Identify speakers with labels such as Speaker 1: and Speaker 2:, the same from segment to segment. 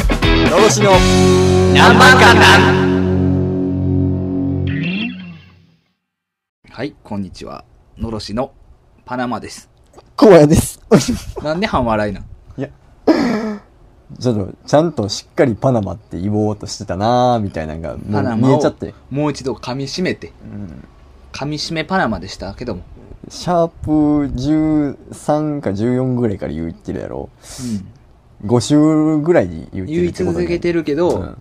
Speaker 1: 越しの何万かなはい、こんにちは。のろしのパナマです。
Speaker 2: 小屋です。
Speaker 1: なんで半笑いなん
Speaker 2: ちょっと、ちゃんとしっかりパナマって言おうとしてたなーみたいなのが、
Speaker 1: パ
Speaker 2: も
Speaker 1: ナ
Speaker 2: う
Speaker 1: マ
Speaker 2: 見え
Speaker 1: を
Speaker 2: ちゃって。
Speaker 1: もう一度噛み締めて、
Speaker 2: うん
Speaker 1: 噛み締めパナマでしたけども。
Speaker 2: シャープ13か14ぐらいから言ってるやろ。
Speaker 1: うん。
Speaker 2: 5週ぐらいに言って
Speaker 1: 言
Speaker 2: る
Speaker 1: い
Speaker 2: ってこと
Speaker 1: 続けて
Speaker 2: る
Speaker 1: るけど、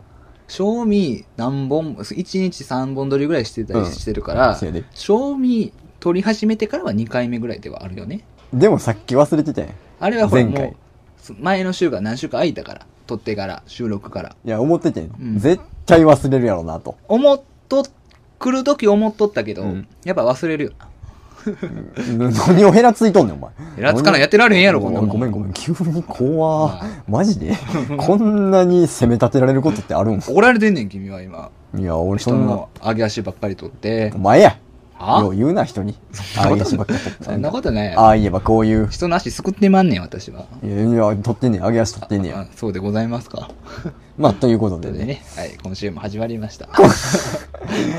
Speaker 1: 賞味何本、1日3本撮りぐらいしてたりしてるから、
Speaker 2: そうやで
Speaker 1: 賞味取り始めてからは2回目ぐらいではあるよね。
Speaker 2: でもさっき忘れてたやん。い
Speaker 1: あれはほら
Speaker 2: 前回
Speaker 1: もう、そ前の週が何週か空いたから、撮ってから、収録から。
Speaker 2: や、思っててん。
Speaker 1: うん
Speaker 2: 絶対忘れるやろなと。
Speaker 1: 思っと、来るとき思っとったけど、
Speaker 2: うん
Speaker 1: やっぱ忘れるよな。
Speaker 2: 何をヘラついとんねん、お前。
Speaker 1: ヘラつかなやってられへんやろこんなもん
Speaker 2: ごめんごめん、急に怖
Speaker 1: はい
Speaker 2: マジでこんなに責め立てられることってあるん
Speaker 1: 怒られてんねん、君は今。
Speaker 2: いや、俺そ
Speaker 1: 人
Speaker 2: んな
Speaker 1: の、上げ足ばっかり取って
Speaker 2: お。前やよ
Speaker 1: あ
Speaker 2: う言うな、人に。ああ言えしばっかり取っ
Speaker 1: そ
Speaker 2: た
Speaker 1: んなことないやろ
Speaker 2: ああ言えばこういう。
Speaker 1: 人の足すくってまんねん、私は。
Speaker 2: いや、いや取ってんねん、上げ足取ってんねん
Speaker 1: あ。そうでございますか。
Speaker 2: まあ、ということで
Speaker 1: で
Speaker 2: ね。
Speaker 1: ね、はい、今週も始まり ました。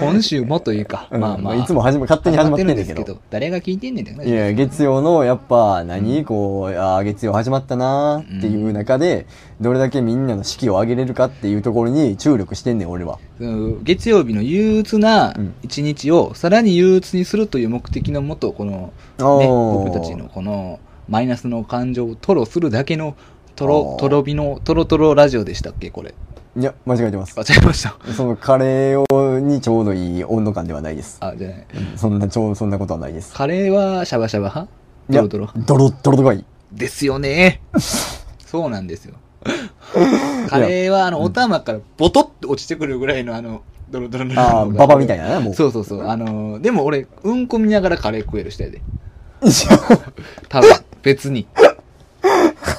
Speaker 1: 今週もというか、
Speaker 2: うん
Speaker 1: まあまあ。
Speaker 2: いつも始ま、勝手に始まってんねん
Speaker 1: 始
Speaker 2: け
Speaker 1: まってるんですけ
Speaker 2: ど。
Speaker 1: ど、誰が聞いてんねんって話
Speaker 2: いや、月曜の、やっぱ、何こう、ああ、月曜始まったなーっていう中で、どれだけみんなの士気を上げれるかっていうところに注力してんねん、俺は。
Speaker 1: その月曜日の憂鬱な
Speaker 2: うん
Speaker 1: 一日をさらに憂鬱にするという目的のもと、この、ね、
Speaker 2: おー
Speaker 1: 僕たちのこのマイナスの感情を吐露するだけのトロ
Speaker 2: お、ー
Speaker 1: トロビの、トロトロラジオでしたっけ、これ。
Speaker 2: いや、間違えてます
Speaker 1: あ、。違いました。
Speaker 2: その、カレーを、にちょうどいい温度感ではないです。
Speaker 1: あ、じゃない。
Speaker 2: そんな、ちょう、そんなことはないです。
Speaker 1: カレーはシャバシャバ派
Speaker 2: い
Speaker 1: ト
Speaker 2: や
Speaker 1: ロトロ派
Speaker 2: ドロッドロとかいい。
Speaker 1: です よね。そうなんですよ。カレーは、あの、お玉からボトッと落ちてくるぐらいの、あの、ドロドロの。
Speaker 2: ああ、ババみたいなな、もう。
Speaker 1: そうそうそう。あのーでも俺、うんこ見ながらカレー食える人やで。
Speaker 2: いや
Speaker 1: 多分、別に。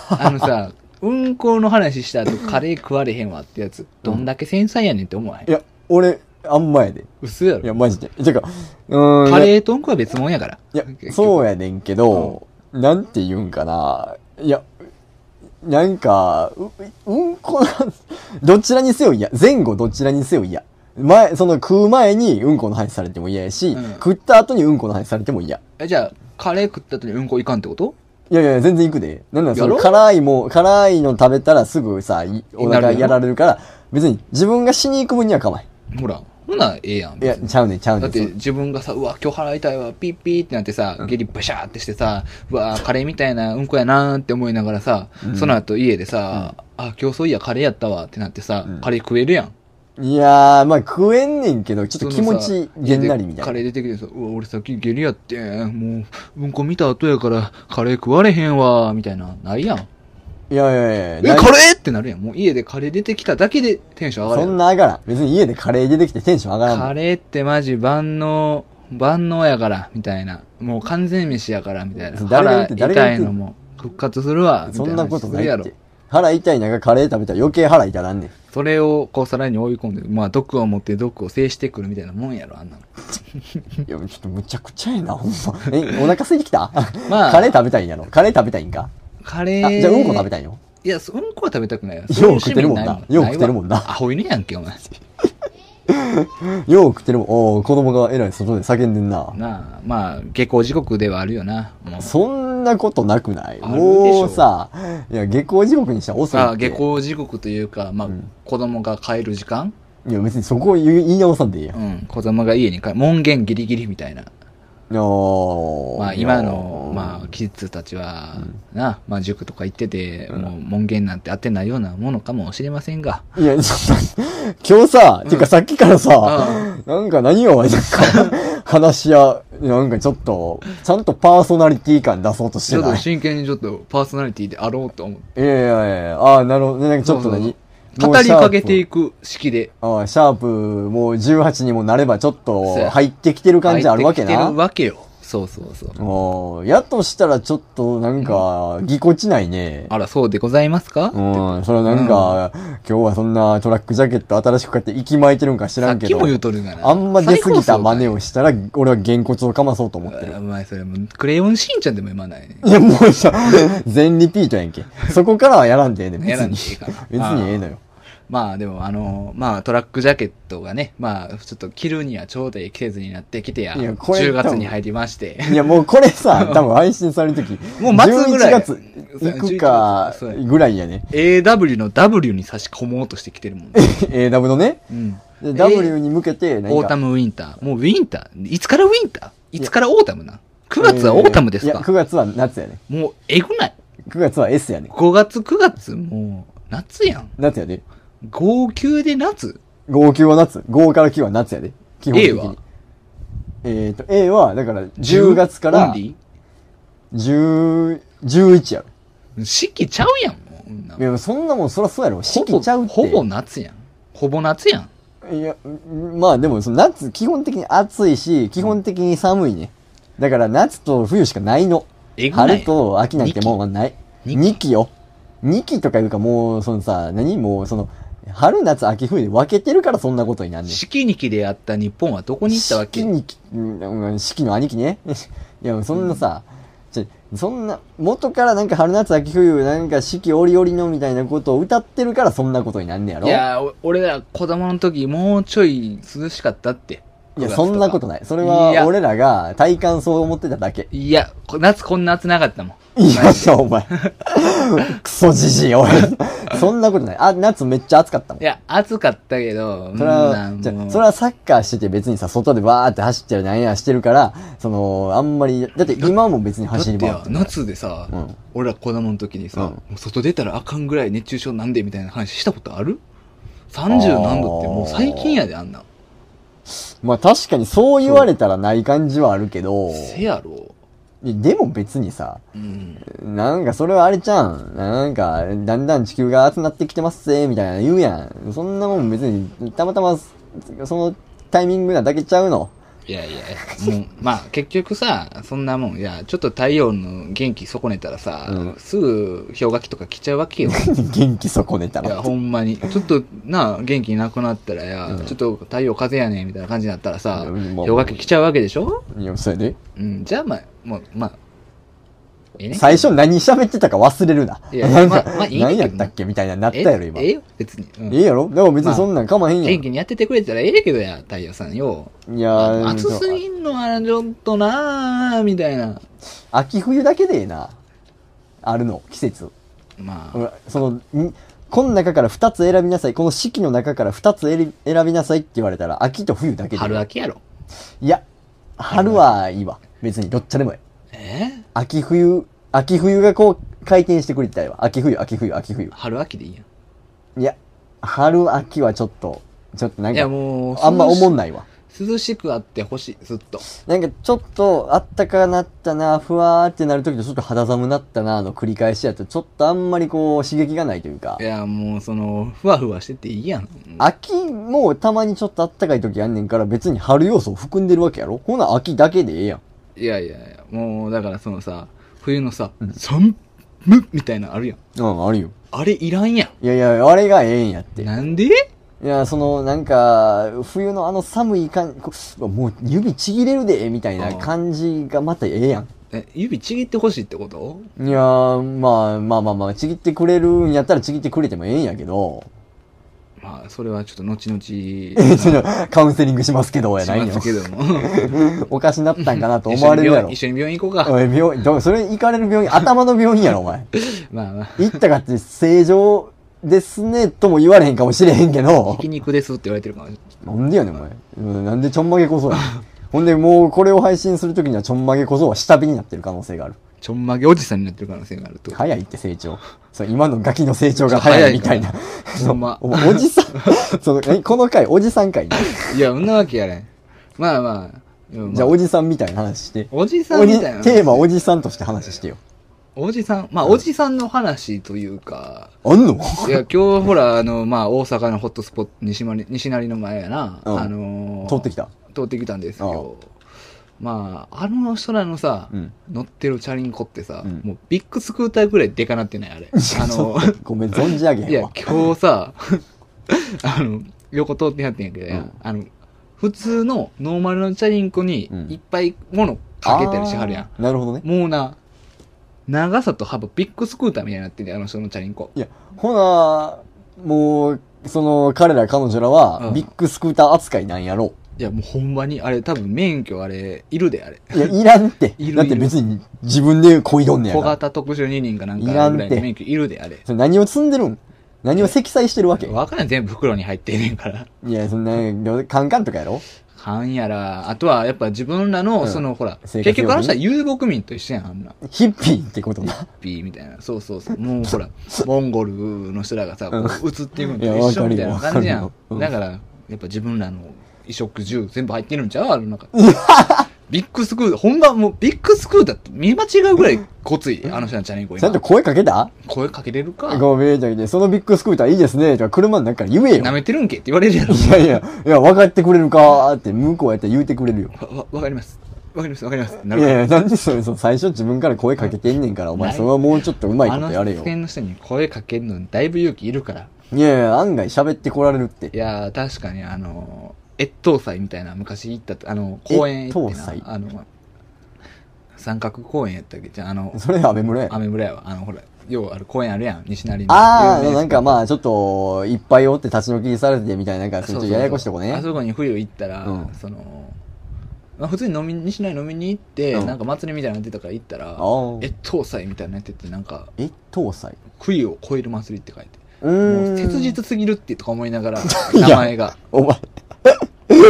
Speaker 1: あのさ、うんこの話した後カレー食われへんわってやつ、どんだけ繊細やねんって思わへ
Speaker 2: い
Speaker 1: ん。
Speaker 2: や、俺、あんまやで。
Speaker 1: 薄や
Speaker 2: い
Speaker 1: ろ。
Speaker 2: や、マジで。てか、うーん。
Speaker 1: カレーとうんこは別物やから。
Speaker 2: いや、そう
Speaker 1: や。
Speaker 2: やねんけど、なんて言うんかな。いや、なんか、う、うんこなん、 どちらにせよ嫌。前後どちらにせよ嫌。前、その食う前にうんこの話されても嫌やし、
Speaker 1: うん
Speaker 2: 食った後にうんこの話されても嫌。
Speaker 1: えじゃあ、カレー食った後にうんこいかんってこと
Speaker 2: いやいや、全然行くで。なんなん
Speaker 1: や
Speaker 2: そ
Speaker 1: ろ
Speaker 2: の辛いもん、辛いの食べたらすぐさ、いお
Speaker 1: な
Speaker 2: 腹
Speaker 1: るよ
Speaker 2: やられるから、別に自分が死に行く分には構え
Speaker 1: ほら、ほな、ええやん。
Speaker 2: ん。いや、
Speaker 1: 別に
Speaker 2: ちゃうねんちゃうね
Speaker 1: だ
Speaker 2: ん。
Speaker 1: って自分がさ、うわ、今日払いたいわ、ピッピーってなってさ、下痢バシャーってしてさ、うわ、カレーみたいなうんこやなーって思いながらさ、その後家でさ、あ、今日そういやカレーやったわってなってさ、
Speaker 2: うん
Speaker 1: カレー食えるやん。
Speaker 2: いやー、まあ食えんねんけど、ちょっと気
Speaker 1: そ
Speaker 2: 持
Speaker 1: のさ
Speaker 2: ちげんなりみたいな。
Speaker 1: カレー出てきてさ、うわ、俺さっき下痢やってん、もう、うんこ見た後やから、カレー食われへんわ、みたいな、ないやん。
Speaker 2: いやいや
Speaker 1: え、
Speaker 2: いや、
Speaker 1: カ
Speaker 2: な
Speaker 1: レーってなるやん。もう家でカレー出てきただけでテンション上がる
Speaker 2: そ
Speaker 1: やん
Speaker 2: んな上がらん。別に家でカレー出てきてテンション上がらんもん。
Speaker 1: カレーってマジ万能、万能やから、みたいな。もう完全飯やから、みたいな。
Speaker 2: 誰が言
Speaker 1: 腹
Speaker 2: って誰が
Speaker 1: 痛
Speaker 2: 言っ
Speaker 1: い
Speaker 2: てん
Speaker 1: の
Speaker 2: の
Speaker 1: も復活するわ、みた
Speaker 2: そん
Speaker 1: いな
Speaker 2: な
Speaker 1: 話
Speaker 2: こ
Speaker 1: す
Speaker 2: と
Speaker 1: る
Speaker 2: ない
Speaker 1: や
Speaker 2: っ
Speaker 1: ろ
Speaker 2: て。。腹痛い中カレー食べたら余計腹痛なんねん。
Speaker 1: それをこうさらに追い込んで、まあ毒を持って毒を制してくるみたいなもんやろ、あんなの。
Speaker 2: いや、ちょっとむちゃくちゃやな、ほんま。え、お腹空いてきた
Speaker 1: まあ
Speaker 2: カレー食べたいんやろカレー食べたいんか
Speaker 1: カレ
Speaker 2: あ、
Speaker 1: ー。
Speaker 2: じゃあうんこ食べたいの
Speaker 1: いや、そうんこは食べたくないよ。
Speaker 2: よう食ってるもんな
Speaker 1: そういう趣味い
Speaker 2: よう食ってるもんな
Speaker 1: ないわアホ犬やんけ、お前。
Speaker 2: よう食ってるもん。おー子供がえらい外で叫んでんな。
Speaker 1: なあ、まあ、下校時刻ではあるよな。もう
Speaker 2: そんなことなくない
Speaker 1: あるでしょ
Speaker 2: もうさ、いや、下校時刻にしたら遅いっ
Speaker 1: さ
Speaker 2: て。
Speaker 1: あ、下校時刻というか、まあ、
Speaker 2: ん
Speaker 1: 子供が帰る時間
Speaker 2: いや、別にそこ言い言い直さんでいいやん
Speaker 1: う。ん、子供が家に帰る。門限ギリギリみたいな。
Speaker 2: おー
Speaker 1: まあ今の、まあ、キッズたちは、な、まあ塾とか行ってて、もう門限なんて当てないようなものかもしれませんが、
Speaker 2: いや、そんな、今日さ、てかさっきからさ、なんか何を、なんか、話し合う、なんかちょっと、ちゃんとパーソナリティ感出そうとし
Speaker 1: ち
Speaker 2: て
Speaker 1: ょっ
Speaker 2: な
Speaker 1: と
Speaker 2: い。
Speaker 1: 真剣にちょっとパーソナリティであろうと思って、
Speaker 2: いやいやいや、ああ、なるほどね、なんかちょっと何
Speaker 1: 語りかけてい
Speaker 2: く。
Speaker 1: く式で、
Speaker 2: ああ、シャープ、もう18にもなればちょっ
Speaker 1: そうや
Speaker 2: と、入ってきてる感じあるわけ
Speaker 1: 入ってきてる
Speaker 2: な。
Speaker 1: わけよ。そうそうそう。
Speaker 2: おーやっとしたらちょっと、なんか、ぎこちないね。
Speaker 1: あら、そうでございますか
Speaker 2: うん、それはなんか、今日はそんなトラックジャケット新しく買って息巻いてるんか知ら
Speaker 1: さ
Speaker 2: ん
Speaker 1: っ
Speaker 2: け
Speaker 1: き
Speaker 2: ど。
Speaker 1: も言うとるがな。
Speaker 2: あんま出過ぎた真似
Speaker 1: を。
Speaker 2: をしたら、俺は原骨をかまそうと思ってる。
Speaker 1: お前それもうクレヨンしんちゃんでも読まないね。
Speaker 2: いや、もうさ、全リピートやんけ。そこからはやらんでええねん。別
Speaker 1: やらん
Speaker 2: に
Speaker 1: でいいかな。
Speaker 2: 別にええのよ。
Speaker 1: まあでもあの、まあトラックジャケットがね、まあちょっと着るにはちょうどいい季節になってきてや、
Speaker 2: いやこれ
Speaker 1: 10月に入りまして。
Speaker 2: いや、もうこれ さ、多分配信されるとき、も
Speaker 1: もう末ぐら
Speaker 2: 11
Speaker 1: い
Speaker 2: 月行くか
Speaker 1: そうや、
Speaker 2: ぐらいやね。
Speaker 1: AW の W に差し込もうとしてきてるもんね。
Speaker 2: AW のね。
Speaker 1: うん。
Speaker 2: で W に向けて、なんか。
Speaker 1: オータムウィンター。もうウィンターいつからウィンターいつからオータムな ?9 月はオータムです
Speaker 2: いや、
Speaker 1: か、
Speaker 2: 9月は夏やね。
Speaker 1: もうえぐない。
Speaker 2: 9月は S やね。
Speaker 1: 5月9月もう夏やん。
Speaker 2: 夏やで。
Speaker 1: 号泣で夏
Speaker 2: 5級は夏。5から9は夏やで。基本的
Speaker 1: A は
Speaker 2: に。えっと、A は、だから、10月か
Speaker 1: オン
Speaker 2: ら、
Speaker 1: リ
Speaker 2: 10、11やろ。
Speaker 1: ー四季ちゃうやん、もう。
Speaker 2: いや、そんなもん、そらそうやろ。四
Speaker 1: ほぼ
Speaker 2: 季ちゃうって。
Speaker 1: ほぼ夏やん。ほぼ夏やん。
Speaker 2: いや、うんまあでも、その夏、基本的に暑いし、基本的に寒いね。だから、夏と冬しかないの。
Speaker 1: えぐない
Speaker 2: 春と秋なんてもうない。
Speaker 1: 二
Speaker 2: 二
Speaker 1: 期
Speaker 2: 期よ。二期とかいうかもう、そのさ、何もう、その、春、夏、秋、冬で分けてるからそんなことになんねん。
Speaker 1: 四季にきでやった日本はどこに行ったわけ
Speaker 2: 四季にうんうん四季の兄貴ね。 いや、そんなさ、ちょそんな、元からなんか春、夏、秋、冬、なんか四季折々のみたいなことを歌ってるからそんなことになんねやろ
Speaker 1: いやお俺ら子供の時もうちょい涼しかったって。
Speaker 2: いや、
Speaker 1: 9月
Speaker 2: そんなこと
Speaker 1: か
Speaker 2: ない。それ
Speaker 1: いや
Speaker 2: は、俺らが体感そう思ってただけ。
Speaker 1: いや、こ夏こんな暑なかったもん。
Speaker 2: いや、そう、お前。 クソじじい、俺。そんなことない。あ、夏めっちゃ暑かったもん
Speaker 1: い。や、暑かったけど、
Speaker 2: それ
Speaker 1: ん
Speaker 2: は、
Speaker 1: な
Speaker 2: じ
Speaker 1: も
Speaker 2: ゃ
Speaker 1: う
Speaker 2: それはサッカーしてて別にさ、外でバーって走ったりなんやしてるから、その、あんまり、だって今も別に走り回
Speaker 1: だ
Speaker 2: っ
Speaker 1: ってて
Speaker 2: る
Speaker 1: や夏でさ、
Speaker 2: うん
Speaker 1: 俺ら子供の時にさ、
Speaker 2: うん
Speaker 1: もう外出たらあかんぐらい熱中症なんでみたいな話したことある ?30 何度ってもう最近やであんな
Speaker 2: まあ確かにそう言われたらない感じはあるけど、
Speaker 1: せやろ、
Speaker 2: いやでも別にさ、
Speaker 1: うん、
Speaker 2: なんかそれはあれちゃうん。なんか、だんだん地球が熱なってきてますぜ、みたいな言うやん。そんなもん別に、たまたま、そのタイミングなだけちゃう の。
Speaker 1: いやいやもうまあ結局さそんなもんいやちょっと太陽の元気損ねたらさ、
Speaker 2: うん
Speaker 1: すぐ氷河期とか来ちゃうわけよい
Speaker 2: 元気損ねた
Speaker 1: や
Speaker 2: ら。
Speaker 1: ほんまにちょっとなあ元気なくなったらや、ちょっと太陽風邪やねみたいな感じになったらさ、
Speaker 2: うんまあ
Speaker 1: 氷河期来ちゃうわけでしょ、
Speaker 2: いや、それで。
Speaker 1: うん、じゃあまあもうまあええね
Speaker 2: 最初何喋ってたか忘れるな。
Speaker 1: いや
Speaker 2: なんか、
Speaker 1: まあまあいいね
Speaker 2: 何やったっけみたいななった
Speaker 1: え
Speaker 2: やろ、今。
Speaker 1: ええ
Speaker 2: え
Speaker 1: よ、別に。うん
Speaker 2: えやろでも別にそんなんかまへんや
Speaker 1: 元
Speaker 2: ん。
Speaker 1: 気にやっててくれたらええけどや、太陽さんよ。
Speaker 2: いやー、
Speaker 1: 暑すぎんのはちょっとなーみたいな。
Speaker 2: 秋冬だけでええな。あるの、季節。
Speaker 1: まあ、
Speaker 2: ほらその、んこの中から2つ選びなさい。この四季の中から2つ選び選びなさいって言われたら、秋と冬だけで。
Speaker 1: 春秋やろ。
Speaker 2: いや、春はいいわ。別にどっちでもええ。
Speaker 1: え
Speaker 2: 秋冬、秋冬がこう回転してくれたいわ。秋冬、秋冬、秋冬。
Speaker 1: 春秋でいいやん
Speaker 2: いや、春秋はちょっと、ちょっとなん
Speaker 1: いや
Speaker 2: か、
Speaker 1: もう、
Speaker 2: あんま思ん
Speaker 1: い。
Speaker 2: ないわ。
Speaker 1: 涼しくあってほしい、ずっと。
Speaker 2: なんかちょっとあったかなったな、ふわーってなるときとちょっと肌寒なったなの繰り返しやと、ちょっとあんまりこう刺激がないというか
Speaker 1: い、やもう、その、ふわふわしてていいやん。もう
Speaker 2: 秋もたまにちょっとあったかいときあんねんから別に春要素を含んでるわけやろほな秋だけでええやん。
Speaker 1: いやいやいや、もう、だからそのさ、冬のさ、寒っみたいなのあるやん。
Speaker 2: うん、あるよ。
Speaker 1: あれいらんや
Speaker 2: いやいや、あれがええんやって。
Speaker 1: ん。
Speaker 2: い
Speaker 1: なんで
Speaker 2: や、そのなんか、冬のあの寒い感じ、もう指ちぎれるで、みたいな感じがまたええやん。
Speaker 1: え、指ちぎってほしいってこと
Speaker 2: いやー、まあまあまあまあ、ちぎってくれるんやったらちぎってくれてもええんやけど、
Speaker 1: まあ、それはちょっと後々。
Speaker 2: そのカウンセリングしますけど、や
Speaker 1: し
Speaker 2: ない
Speaker 1: ま
Speaker 2: の
Speaker 1: す。けども。
Speaker 2: おかしなったんかな と思われるやろ
Speaker 1: 一。緒に病院行こうか。
Speaker 2: おい、病院、どそれ行かれる病院、頭の病院やろ、お前。
Speaker 1: まあまあ。
Speaker 2: 行ったかって正常ですね、とも言われへんかもしれへんけど
Speaker 1: ひ、き肉ですって言われてるかもし
Speaker 2: なんでやねん、お前うん。なんでちょんまげこ そやねん。ほんで、もうこれを配信するときにはちょんまげこそは下火になってる可能性がある。
Speaker 1: ちょんまげおじさんになってる可能性があると。
Speaker 2: 早いって成長。そう、今のガキの成長が早いみたいな。
Speaker 1: ほんま
Speaker 2: お。 前おじさん、 その、え、この回、おじさん回ね。
Speaker 1: いや、そんなわけやれん。まあまあ。でもま
Speaker 2: じゃあ、おじさんみたいな話して。
Speaker 1: おじさ
Speaker 2: お
Speaker 1: ん
Speaker 2: じ
Speaker 1: みたいな。
Speaker 2: テーマおじさんとして話してよ。
Speaker 1: おじさん。まあ、おじさんの話というか。
Speaker 2: あん の
Speaker 1: いや、今日ほら、あの、まあ、大阪のホットスポット、西成西成の前やな。
Speaker 2: うん
Speaker 1: あのー
Speaker 2: 通ってきた。
Speaker 1: 通ってきたんですよ。まあ、あの空のさ、
Speaker 2: うん
Speaker 1: 乗ってるチャリンコってさ、
Speaker 2: うん
Speaker 1: もうビッグスクーターぐらいでかなってな い、あれ。あのー、
Speaker 2: ごめん、存じ上げ
Speaker 1: い
Speaker 2: へん
Speaker 1: や
Speaker 2: わ、。
Speaker 1: 今日さ、 あの、横通ってはってんやけどや、
Speaker 2: うん
Speaker 1: あの、普通のノーマルのチャリンコに
Speaker 2: うん
Speaker 1: いっぱい物かけたりしはるや
Speaker 2: ん。なるほどね
Speaker 1: ん。。もうな、長さと幅ビッグスクーターみたいになってんねんあの人のチャリンコ。
Speaker 2: いや、ほな、もう、その、彼ら彼女らは
Speaker 1: う、ん
Speaker 2: ビッグスクーター扱いなんやろ
Speaker 1: いや、もうほんまに、あれ、多分免許あれ、いるで、あれ。
Speaker 2: う。いや、いらんって。
Speaker 1: いる
Speaker 2: だって別に自分でこいどんねや
Speaker 1: 小
Speaker 2: から。
Speaker 1: 型特殊二輪かなん
Speaker 2: いら
Speaker 1: か
Speaker 2: んて
Speaker 1: ぐらいの免許いるで、あれ。
Speaker 2: それ何を積んでるん何を積載してるわけ
Speaker 1: わからん、全部袋に入ってんねんから。
Speaker 2: いや、そんな、カンカンとかやろ
Speaker 1: 勘やら、あとはやっぱ自分らの、
Speaker 2: うん
Speaker 1: その、ほら、
Speaker 2: 生活用品
Speaker 1: 結局あの人は遊牧民と一緒やん、あんな。
Speaker 2: ヒッピーってことな。
Speaker 1: ピーみたいな。そうそ うそう。もうほら、モンゴルの人らがさ、こう移っていくの
Speaker 2: いや
Speaker 1: と一緒みたいな
Speaker 2: わかるよ
Speaker 1: 感じや
Speaker 2: わか。るよ
Speaker 1: ん
Speaker 2: うん
Speaker 1: だから、やっぱ自分らの衣食住全部入ってるんちゃうあの中。ビッグスクール、ほんまもうビッグスクールだって見間違うぐらいこつい、あの人なんじゃねえこ
Speaker 2: ちゃんと
Speaker 1: 今。
Speaker 2: 声かけた
Speaker 1: 声かけれるか
Speaker 2: ごめんじゃなくて、そのビッグスクーターいいですね。とか車の中から言えよ。
Speaker 1: 舐めてるんけって言われるやろ。
Speaker 2: いやいや、いや、分かってくれるかーって、向こうやったら言うてくれるよ。
Speaker 1: わ、わわかります。わかります、わかります。
Speaker 2: い
Speaker 1: なる
Speaker 2: やいや、なんでそれ、その最初自分から声かけてんねんから、お前、
Speaker 1: ない
Speaker 2: それはもうちょっと上手い
Speaker 1: あ
Speaker 2: こと
Speaker 1: の
Speaker 2: やれよ。
Speaker 1: 辺の人に声かけるのにだいぶ勇気いるから。
Speaker 2: いやいや、案外喋ってこられるって
Speaker 1: い。やー、確かにあのー、越冬祭みたいな、昔行ったと、あの、公園行って
Speaker 2: 越
Speaker 1: な
Speaker 2: 冬祭、
Speaker 1: あの、三角公園やったっけじゃあ、あの、
Speaker 2: それ、安倍村や。
Speaker 1: 雨村やわ。あの、ほら、ようある公園あるやん、西成の。
Speaker 2: あ
Speaker 1: 有
Speaker 2: ー、
Speaker 1: 名
Speaker 2: なんかまあ、ちょっと、いっぱいおって立ち退きされてみたいな、なんか、ち
Speaker 1: そう
Speaker 2: ょ
Speaker 1: そ
Speaker 2: っ
Speaker 1: う
Speaker 2: と
Speaker 1: そ
Speaker 2: や
Speaker 1: う
Speaker 2: やこしいとこね
Speaker 1: あ。そこに冬行ったら、
Speaker 2: うん
Speaker 1: その、まあ、普通に飲み、西成飲みに行って、
Speaker 2: うん
Speaker 1: なんか祭りみたいなのやってたから行ったら
Speaker 2: あ、ー
Speaker 1: 越冬祭みたいなのやってて、なんか、
Speaker 2: え、東西
Speaker 1: 冬を超える祭りって書いて。
Speaker 2: う
Speaker 1: も
Speaker 2: ーん。
Speaker 1: う切。実すぎるってとか思いな がら、
Speaker 2: いや
Speaker 1: 名前が。
Speaker 2: お前。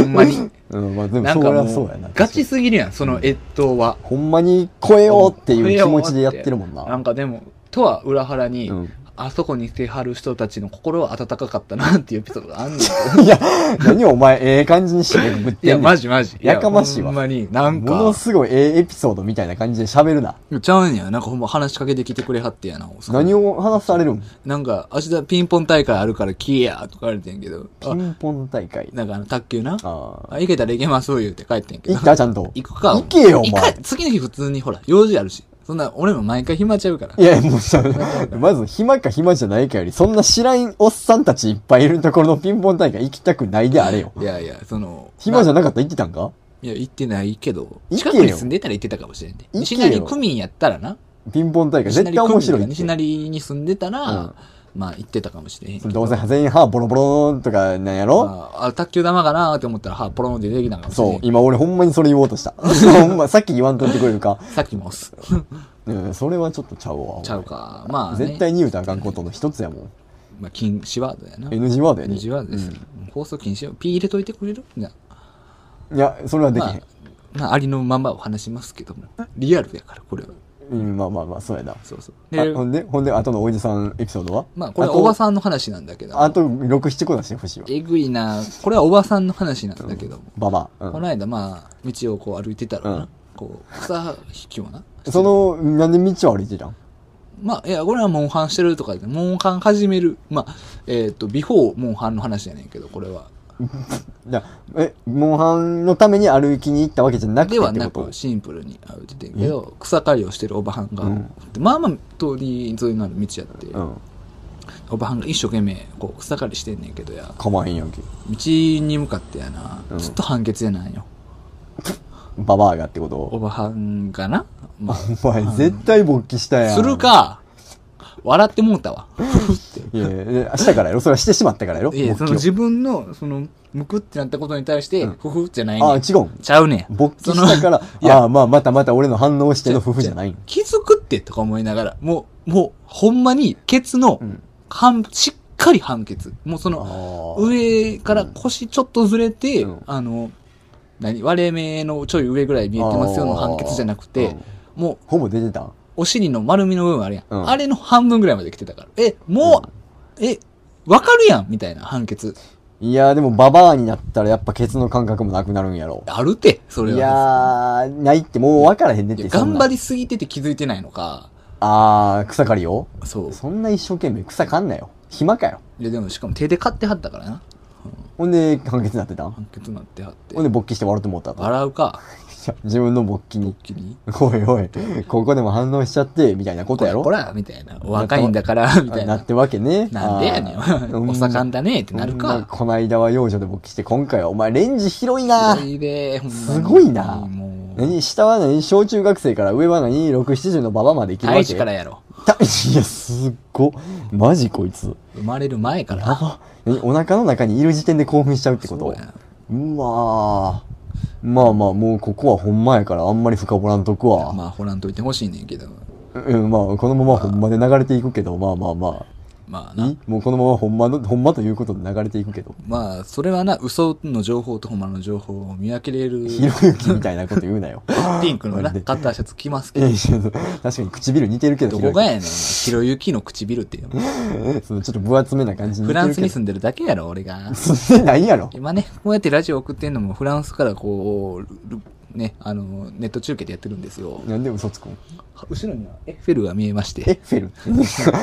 Speaker 1: ほんまに。
Speaker 2: うん、まあ、でも、
Speaker 1: なん
Speaker 2: そ
Speaker 1: か
Speaker 2: りゃ
Speaker 1: も
Speaker 2: そうやな
Speaker 1: う。、ガチすぎるやん、その越冬は。
Speaker 2: ほんまに超えようっていう気持ちでやってるもん
Speaker 1: な
Speaker 2: な。
Speaker 1: んかでも、とは裏腹に、
Speaker 2: うん
Speaker 1: あそこに来てはる人たちの心は温かかったなっていうエピソードがあんね ん。
Speaker 2: いや、何お前、ええ感じに締めくくっ
Speaker 1: い
Speaker 2: て
Speaker 1: や、
Speaker 2: んねん
Speaker 1: マ。ジマジ。
Speaker 2: やかましいわ
Speaker 1: ほんまに、なん
Speaker 2: もの
Speaker 1: か、
Speaker 2: すごいええエピソードみたいな感じで喋るな。
Speaker 1: ちゃうんや。なんかほんま話しかけてきてくれはってやな。そこ
Speaker 2: 何を話されるん
Speaker 1: なんか、明日ピンポン大会あるから来いやとか言われてんけど、
Speaker 2: ピ
Speaker 1: あ
Speaker 2: ンポン大会。
Speaker 1: なんかあの、卓球な。
Speaker 2: ああ。
Speaker 1: あ、行けたら行けます言うて帰ってんけど
Speaker 2: 行っ。たちゃんと。
Speaker 1: 行くか。
Speaker 2: 行けよ、お
Speaker 1: 行
Speaker 2: 前
Speaker 1: か。次の日普通にほら、用事あるし。そんな、俺も毎回暇ちゃうから
Speaker 2: い。や、もうさ、まず暇か暇じゃないかより、そんな知らんおっさんたちいっぱいいるところのピンポン大会行きたくないであれよ。
Speaker 1: いやいや、その、
Speaker 2: 暇じゃなかったら行ってたんか
Speaker 1: いや、行ってないけど、
Speaker 2: 行け
Speaker 1: 近
Speaker 2: よ
Speaker 1: くに住んでたら行ってたかもしれんで。
Speaker 2: けよ
Speaker 1: 西成区民やったらな。
Speaker 2: ピンポン大会絶対面白いって
Speaker 1: 西成に住んでたら、
Speaker 2: うん
Speaker 1: まあ行ってたかもしれへんけど。
Speaker 2: どうせ全員歯ボロボローンとかなんやろ
Speaker 1: まあ、あ卓球玉かなーって思ったら、は、ポロンって出てきたんかもしれ
Speaker 2: そ
Speaker 1: へ。、
Speaker 2: うん今俺ほんまにそれ言おうと した。ほんま、さっき言わんとってくれるか。
Speaker 1: さっきも 押す。
Speaker 2: うん、それはちょっとちゃうわ。
Speaker 1: ちゃうか。まあ、ね、
Speaker 2: 絶対に言うたらあかんことの一つやもん。
Speaker 1: まあ、禁止ワードやな。
Speaker 2: NG ワードやね。
Speaker 1: NG ワードですよ。放送禁止よ。P 入れといてくれるじゃあ
Speaker 2: いや、それはできへ
Speaker 1: まあ
Speaker 2: ん。、
Speaker 1: まあ、ありのままを話しますけども。リアルやから、これは。
Speaker 2: うん、まあまあまあ、そうやな。
Speaker 1: そうそう。
Speaker 2: あ
Speaker 1: で、
Speaker 2: ほんで、ほんで、後のおじさんエピソードは
Speaker 1: まあ、これは
Speaker 2: と
Speaker 1: おばさんの話なんだけども。
Speaker 2: あと6、7個出してほしいわ。
Speaker 1: えぐいなこれはおばさんの話なんだけども。
Speaker 2: ババア。
Speaker 1: こ
Speaker 2: う
Speaker 1: の間、まあ、道をこう歩いてたらな、
Speaker 2: うん
Speaker 1: こう、草引きをな。
Speaker 2: ん。その、なんで道を歩いてたん
Speaker 1: まあ、いや、これはモンハンしてるとか言って、モンハン始める。まあ、えっ、と、ビフォーモンハンの話じゃねんけど、これは。
Speaker 2: じゃえ、モンハンのために歩きに行ったわけじゃなくて
Speaker 1: では
Speaker 2: って
Speaker 1: な
Speaker 2: こと
Speaker 1: く、シンプルに歩いててんけど、草刈りをしてるおばはんが、まあまあ、通り沿いのある道やって、
Speaker 2: うん。
Speaker 1: おばはんが一生懸命、こう、草刈りしてんねんけどや、
Speaker 2: かまへんやんけ。
Speaker 1: 道に向かってやな、
Speaker 2: うん
Speaker 1: ずっと判決やなんよ。
Speaker 2: ババアがってこと
Speaker 1: おばはんがな、まあ、
Speaker 2: お前、絶対勃起したやん。
Speaker 1: する。か、笑ってもうたわ。
Speaker 2: いやいや、明日からやろそれはしてしまったからやろ
Speaker 1: いや、そ
Speaker 2: 勃
Speaker 1: の
Speaker 2: 起
Speaker 1: 自分の、その、むくってなったことに対して、ふふじゃない
Speaker 2: を。あ、
Speaker 1: ねん。
Speaker 2: 違うん。
Speaker 1: ちゃうねん。
Speaker 2: 勃起したから、
Speaker 1: いや
Speaker 2: ああ、まあ、またまた俺の反応しての夫婦じゃないん。
Speaker 1: 気づくってとか思いながら、もう、もう、ほんまに、ケツの、
Speaker 2: ん
Speaker 1: 半しっかり半ケツ。もうそ
Speaker 2: あ
Speaker 1: の、
Speaker 2: ー
Speaker 1: 上から腰ちょっとずれて、
Speaker 2: うん
Speaker 1: あの、何割れ目のちょい上ぐらい見えてますよの
Speaker 2: あー
Speaker 1: 半ケツじゃなくて、もう、
Speaker 2: ほぼ出てたん
Speaker 1: お尻の丸みの部分あるやん。
Speaker 2: うん
Speaker 1: あれの半分ぐらいまで来てたから。え、もう、え、わかるやんみたいな判決。
Speaker 2: いやーでもババアになったらやっぱケツの感覚もなくなるんやろ。
Speaker 1: あるて、それ
Speaker 2: いや
Speaker 1: は。
Speaker 2: ー、ないってもう分からへんねっ
Speaker 1: い
Speaker 2: て。
Speaker 1: や頑張
Speaker 2: り。
Speaker 1: りすぎてて気づいてないのか。
Speaker 2: あー、草刈りを
Speaker 1: そう。
Speaker 2: そんな一生懸命草刈んなよ。暇かよ。
Speaker 1: いやでもしかも手で買ってはったからな。
Speaker 2: ほんで、判決になってたん
Speaker 1: 判決なってはって
Speaker 2: ほん。で勃起して笑ってもうたと。
Speaker 1: 笑うか。
Speaker 2: 自分の勃起に。
Speaker 1: 気に。
Speaker 2: おいおい、ここでも反応しちゃって、みたいなことやろ
Speaker 1: ほら、みたいな。お若いんだから、みたい
Speaker 2: な
Speaker 1: な
Speaker 2: っ。てわけね。
Speaker 1: なんでやね
Speaker 2: あー
Speaker 1: ん。お盛んだねってなる
Speaker 2: ほんま
Speaker 1: か。
Speaker 2: こないだは幼女で勃起して、今回はお前レンジ広いな
Speaker 1: すごいで、ほんまに
Speaker 2: すごいな
Speaker 1: もう。
Speaker 2: 何下は何小中学生から上は何 ?6、70のババアまでいけるわけ
Speaker 1: 大地からやろ。
Speaker 2: 痛 い。いや、すっご。マジこいつ。
Speaker 1: 生まれる前から
Speaker 2: やば。えお腹の中にいる時点で興奮しちゃうってこ
Speaker 1: そう
Speaker 2: と
Speaker 1: や
Speaker 2: うわーまあまあ、もうここはほんまやからあんまり深掘らんとくわ。
Speaker 1: まあ掘らんといてほしいねんけど
Speaker 2: うん、まあ、このままほんまで流れていくけど、まあまあま
Speaker 1: まあ
Speaker 2: あ。
Speaker 1: ない
Speaker 2: いもうこのままほんまの、ほんまということで流れていくけど。
Speaker 1: まあそれはな嘘の情報とほんまの情報を見分けれる
Speaker 2: ひろゆきみたいなこと言う なよ。
Speaker 1: ピンクの
Speaker 2: マ
Speaker 1: な
Speaker 2: ジで
Speaker 1: カッターシャツ着ます
Speaker 2: い
Speaker 1: け
Speaker 2: やい
Speaker 1: ど
Speaker 2: や 確かに唇似てるけど、
Speaker 1: どこが
Speaker 2: ひ
Speaker 1: やねんお前ひろゆきの唇っていう
Speaker 2: ろゆきそのちょっと分厚めな感じに似て
Speaker 1: フラン
Speaker 2: る
Speaker 1: ス
Speaker 2: けど
Speaker 1: に。住んでるだけやろ俺が
Speaker 2: そんでないやろ。
Speaker 1: 今ねこうやってラジオ送ってんのもフランスからこうルねあのネット中継でやってるんですよ
Speaker 2: なんで嘘つくん
Speaker 1: 後ろにはエッフェルが見えまして
Speaker 2: エッフェルって。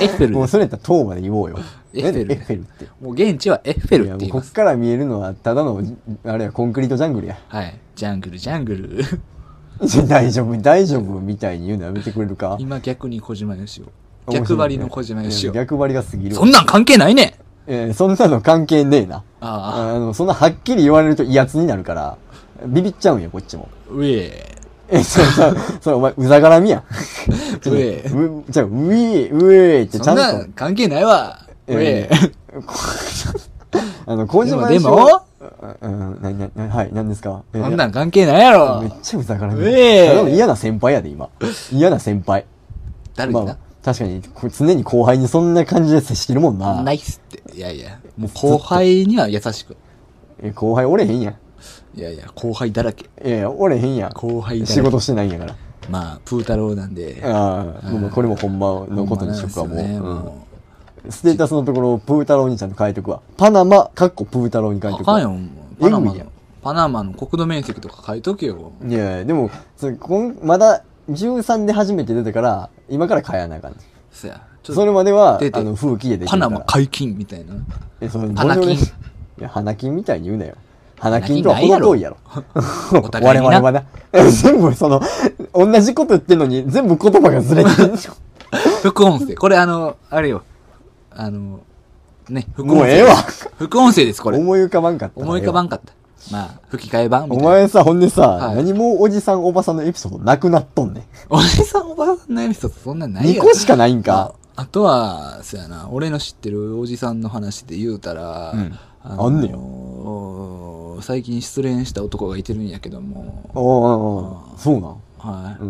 Speaker 1: エッフェル
Speaker 2: もうそれやったら塔まで言おうよ。
Speaker 1: エッフェル
Speaker 2: なんでエッフェルって。
Speaker 1: もう現地はエッフェル
Speaker 2: い
Speaker 1: っ
Speaker 2: や、
Speaker 1: て
Speaker 2: も
Speaker 1: 言
Speaker 2: う
Speaker 1: い
Speaker 2: こ
Speaker 1: ま
Speaker 2: っ
Speaker 1: す
Speaker 2: から見えるのはただの、あれや、コンクリートジャングルや。
Speaker 1: はいジャングルジャングル
Speaker 2: いや 大丈夫、大丈夫みたいに言うのやめてくれるか
Speaker 1: 今逆に小島よしお逆張りの小島よし
Speaker 2: い
Speaker 1: お
Speaker 2: や逆張りが過ぎるわ
Speaker 1: そんなん関係ないねん
Speaker 2: えーそんなの関係ねえな。
Speaker 1: ああ
Speaker 2: あの、そんなはっきり言われると威圧になるから、ビビっちゃうんよ、こっちも。
Speaker 1: うえ
Speaker 2: え、そうそう、それお前、うざがらみ やん。
Speaker 1: うえ
Speaker 2: うじゃあ、うえ、うえってち
Speaker 1: そ
Speaker 2: ゃ
Speaker 1: んなん
Speaker 2: と
Speaker 1: ん。関係ないわうえ
Speaker 2: こ あの、小島
Speaker 1: でも
Speaker 2: うん、な、な、な、はい、何ですかえ
Speaker 1: そんなん関係ないや
Speaker 2: めっ
Speaker 1: ろ
Speaker 2: ちゃうざがらみ。
Speaker 1: うえ
Speaker 2: ただの嫌な先輩やで、今。嫌な先輩。
Speaker 1: 誰
Speaker 2: ま
Speaker 1: だ
Speaker 2: あ
Speaker 1: な、
Speaker 2: 確かに、こう常に後輩にそんな感じで接してるもんな。
Speaker 1: ナイスっていやいやもう後輩には優しく
Speaker 2: え後輩おれへんやん。
Speaker 1: いやいや後輩だらけ
Speaker 2: いやいや、おれへんやん。
Speaker 1: 後輩だら け
Speaker 2: 仕事してないんやから。
Speaker 1: まあプー太郎なんで
Speaker 2: ああ、もうこれもほんまのことにしとくわ、
Speaker 1: ほんまなんですよね
Speaker 2: も
Speaker 1: も
Speaker 2: ううん。ステータスのところをプー太郎にちゃんと変えとくわ。パナマ、かっこプー太郎に変え
Speaker 1: う
Speaker 2: と
Speaker 1: あ
Speaker 2: く
Speaker 1: か
Speaker 2: わ。
Speaker 1: んよパナ
Speaker 2: え
Speaker 1: マ
Speaker 2: ぐいや
Speaker 1: のパナマの国土面積とか書いとけよ
Speaker 2: いやいや、でも、それこんまだ13で初めて出たから、今から変えなあかん。
Speaker 1: そやちょっと
Speaker 2: それまでは
Speaker 1: 出、て
Speaker 2: あの、風紀ででき
Speaker 1: パ
Speaker 2: るか
Speaker 1: ナマ
Speaker 2: ら。
Speaker 1: 解禁みたいな
Speaker 2: え、その、
Speaker 1: 花金
Speaker 2: ボリュームいや、花金みたいに言うなよ。花金とは程遠いやろ。
Speaker 1: お互いに
Speaker 2: 我々
Speaker 1: な
Speaker 2: はな。え全部その、同じこと言ってんのに、全部言葉がずれてる。
Speaker 1: 副音声これあのあれよあのね副音声
Speaker 2: もうええわ
Speaker 1: 副音声です これ
Speaker 2: 思い浮かばんかったな。
Speaker 1: 思い浮かばんかったまあ吹き替え版み
Speaker 2: お
Speaker 1: たいな
Speaker 2: 前さ、ほんでさ、
Speaker 1: はい
Speaker 2: 何もおじさんおばさんのエピソードなくなっとんねん。
Speaker 1: おじさんおばさんのエピソードそんなんない
Speaker 2: 2
Speaker 1: よ
Speaker 2: 個しかないんか。
Speaker 1: ああとは、そやな、俺の知ってるおじさんの話で言うたら、
Speaker 2: うん
Speaker 1: あの
Speaker 2: あんね
Speaker 1: よ。最近失恋した男がいてるんやけども、
Speaker 2: おうおうおうそうなん。
Speaker 1: は
Speaker 2: う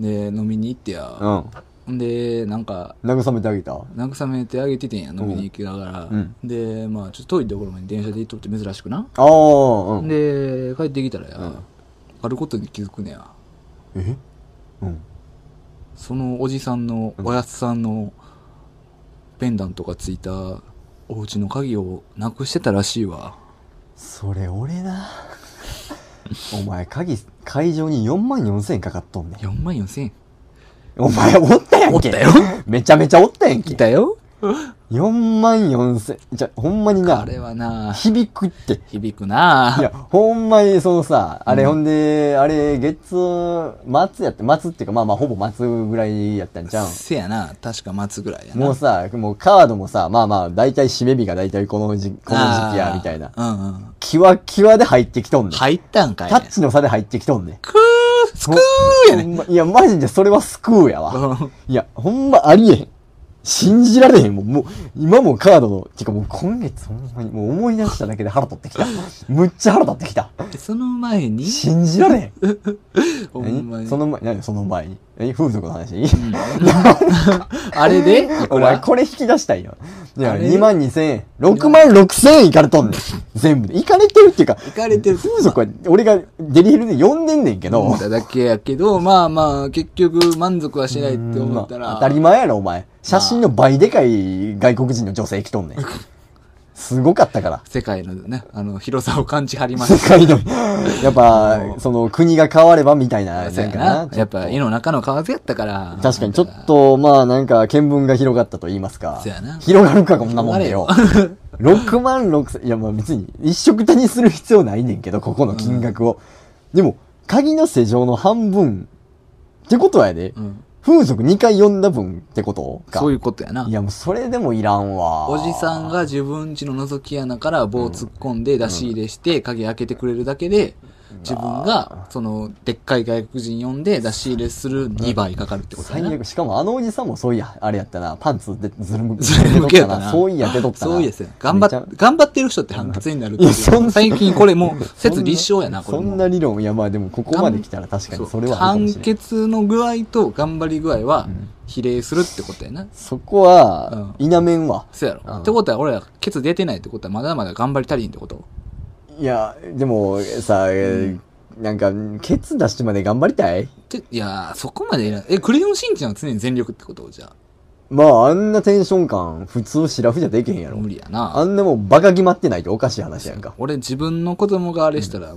Speaker 2: ん。
Speaker 1: い。で、飲みに行ってや。で、なんか、
Speaker 2: うん。慰めてあげた。
Speaker 1: 慰めてあげててんや、飲みに行きながら。
Speaker 2: うん
Speaker 1: で、まあ、ちょっと遠いところまで電車で行っとって珍しくな。
Speaker 2: ああ、うん。
Speaker 1: で、帰ってきたらや、あることに気づくねや。
Speaker 2: えうん。
Speaker 1: そのおじさんのおやつさんのペンダントがついたお家の鍵をなくしてたらしいわ
Speaker 2: それ俺な。お前、鍵、会場に4万4千円かかっとんねん。
Speaker 1: 4万4千円
Speaker 2: お前、おったやんけ。
Speaker 1: おったよ。
Speaker 2: めちゃめちゃおったやんけ
Speaker 1: い。たよ
Speaker 2: 4万4千、じゃ、ほんまに
Speaker 1: あ
Speaker 2: な、
Speaker 1: れはな
Speaker 2: 響くって。
Speaker 1: 響くない
Speaker 2: や、ほんまにそのさ、あれほんで、あれ、月、末やって、末っていうか、まあまあ、ほぼ末ぐらいやったんちゃうん。
Speaker 1: せやな確か待つぐらいやな
Speaker 2: もうさ、もうカードもさ、まあまあ、大体締め日が大体この時、この時期や、みたいな。
Speaker 1: うんうん
Speaker 2: キワキワで入ってきとんねん。
Speaker 1: 入ったんかい
Speaker 2: タッチの差で入ってきとんねん。
Speaker 1: くーすくーやね
Speaker 2: ほんまいや、マジでそれは救うやわ。
Speaker 1: うん
Speaker 2: いや、ほんまありえへん。信じられへん。もう、もう今もカードの、てかもう今月ほんまに、もう思い出しただけで腹立って きた。むっちゃ腹立ってきた。
Speaker 1: でその前に
Speaker 2: 信じられへん。
Speaker 1: ほんま
Speaker 2: 何
Speaker 1: に
Speaker 2: その前、何その前に。え、風俗の話
Speaker 1: あれでい
Speaker 2: お
Speaker 1: く
Speaker 2: 前
Speaker 1: ら
Speaker 2: これ引き出したいよ。いや、
Speaker 1: あれ
Speaker 2: 2万2千円。6万6千円いかれとんねん。全部で。いかれてるっていうか、
Speaker 1: 行かれてる
Speaker 2: 風俗は俺がデリヘルで呼んでんねんけど
Speaker 1: 飲ん。だだけやけどまあまあ結局満足はしないって思った
Speaker 2: まあ
Speaker 1: ら
Speaker 2: 当たり前やろ、お前。写真の倍でかい外国人の女性来と んねん。すごかったから。
Speaker 1: 世界のね、あの、広さを感じはりま
Speaker 2: 世
Speaker 1: す。
Speaker 2: 界の、 やっぱ、その国が変わればみたいな、
Speaker 1: そうや
Speaker 2: んか
Speaker 1: な。
Speaker 2: ちょ
Speaker 1: やっ
Speaker 2: っと
Speaker 1: ぱ、絵の中の蛙やったから。
Speaker 2: 確かにちょっと、まあなんか、見聞が広がったと言いますか
Speaker 1: そうやな。
Speaker 2: 広がるか、こんなもんで よ。6万6千、いやまあ別に、一色たにする必要ないねんけど、ここの金額を。でも、鍵の施錠の半分、ってことはやで、
Speaker 1: うん。
Speaker 2: 風俗2回呼んだ分ってことか。
Speaker 1: そういうことやな。
Speaker 2: やもうそれでもいらんわ。
Speaker 1: おじさんが自分家の覗き穴から棒突っ込んで出し入れして、鍵開けてくれるだけで、自分が、その、でっかい外国人呼んで出し入れする2倍かかるってことだ
Speaker 2: 最
Speaker 1: な。
Speaker 2: 悪。しかもあのおじさんもそういや、あれやったな。パンツでずるむ、
Speaker 1: ずるむけやったな
Speaker 2: そういや、出とったな。
Speaker 1: そうですね。頑張
Speaker 2: めちゃ
Speaker 1: っ、頑張ってる人って判決になるって
Speaker 2: いやそん
Speaker 1: いう。
Speaker 2: な
Speaker 1: 最近これもう、
Speaker 2: そ
Speaker 1: 説
Speaker 2: ん
Speaker 1: 立証やな、これ
Speaker 2: そ
Speaker 1: も
Speaker 2: んな理論、いや、まあでも、ここまで来たら確かにそれはあるかもし
Speaker 1: 判
Speaker 2: れない。
Speaker 1: 決の具合と頑張り具合は
Speaker 2: ん
Speaker 1: 比例するってことやな。
Speaker 2: そこは、否めんわ。
Speaker 1: そうや
Speaker 2: うん
Speaker 1: ろ。ってことは俺らケツ出てないってことはまだまだ頑張り足りんってこと
Speaker 2: いや、でも、さ、えーなんか、ケツ出してまで頑張りたい
Speaker 1: ていやー、そこまでいらん。え、クレヨンしんちゃんは常に全力ってことじゃ
Speaker 2: まあ、あんなテンション感、普通シラフじゃできへんや
Speaker 1: あ、
Speaker 2: ろ
Speaker 1: 無。理や
Speaker 2: あ
Speaker 1: な。
Speaker 2: んなもん、バカ決まってないとおかしい話やんか。
Speaker 1: 俺自分の子供があれしたら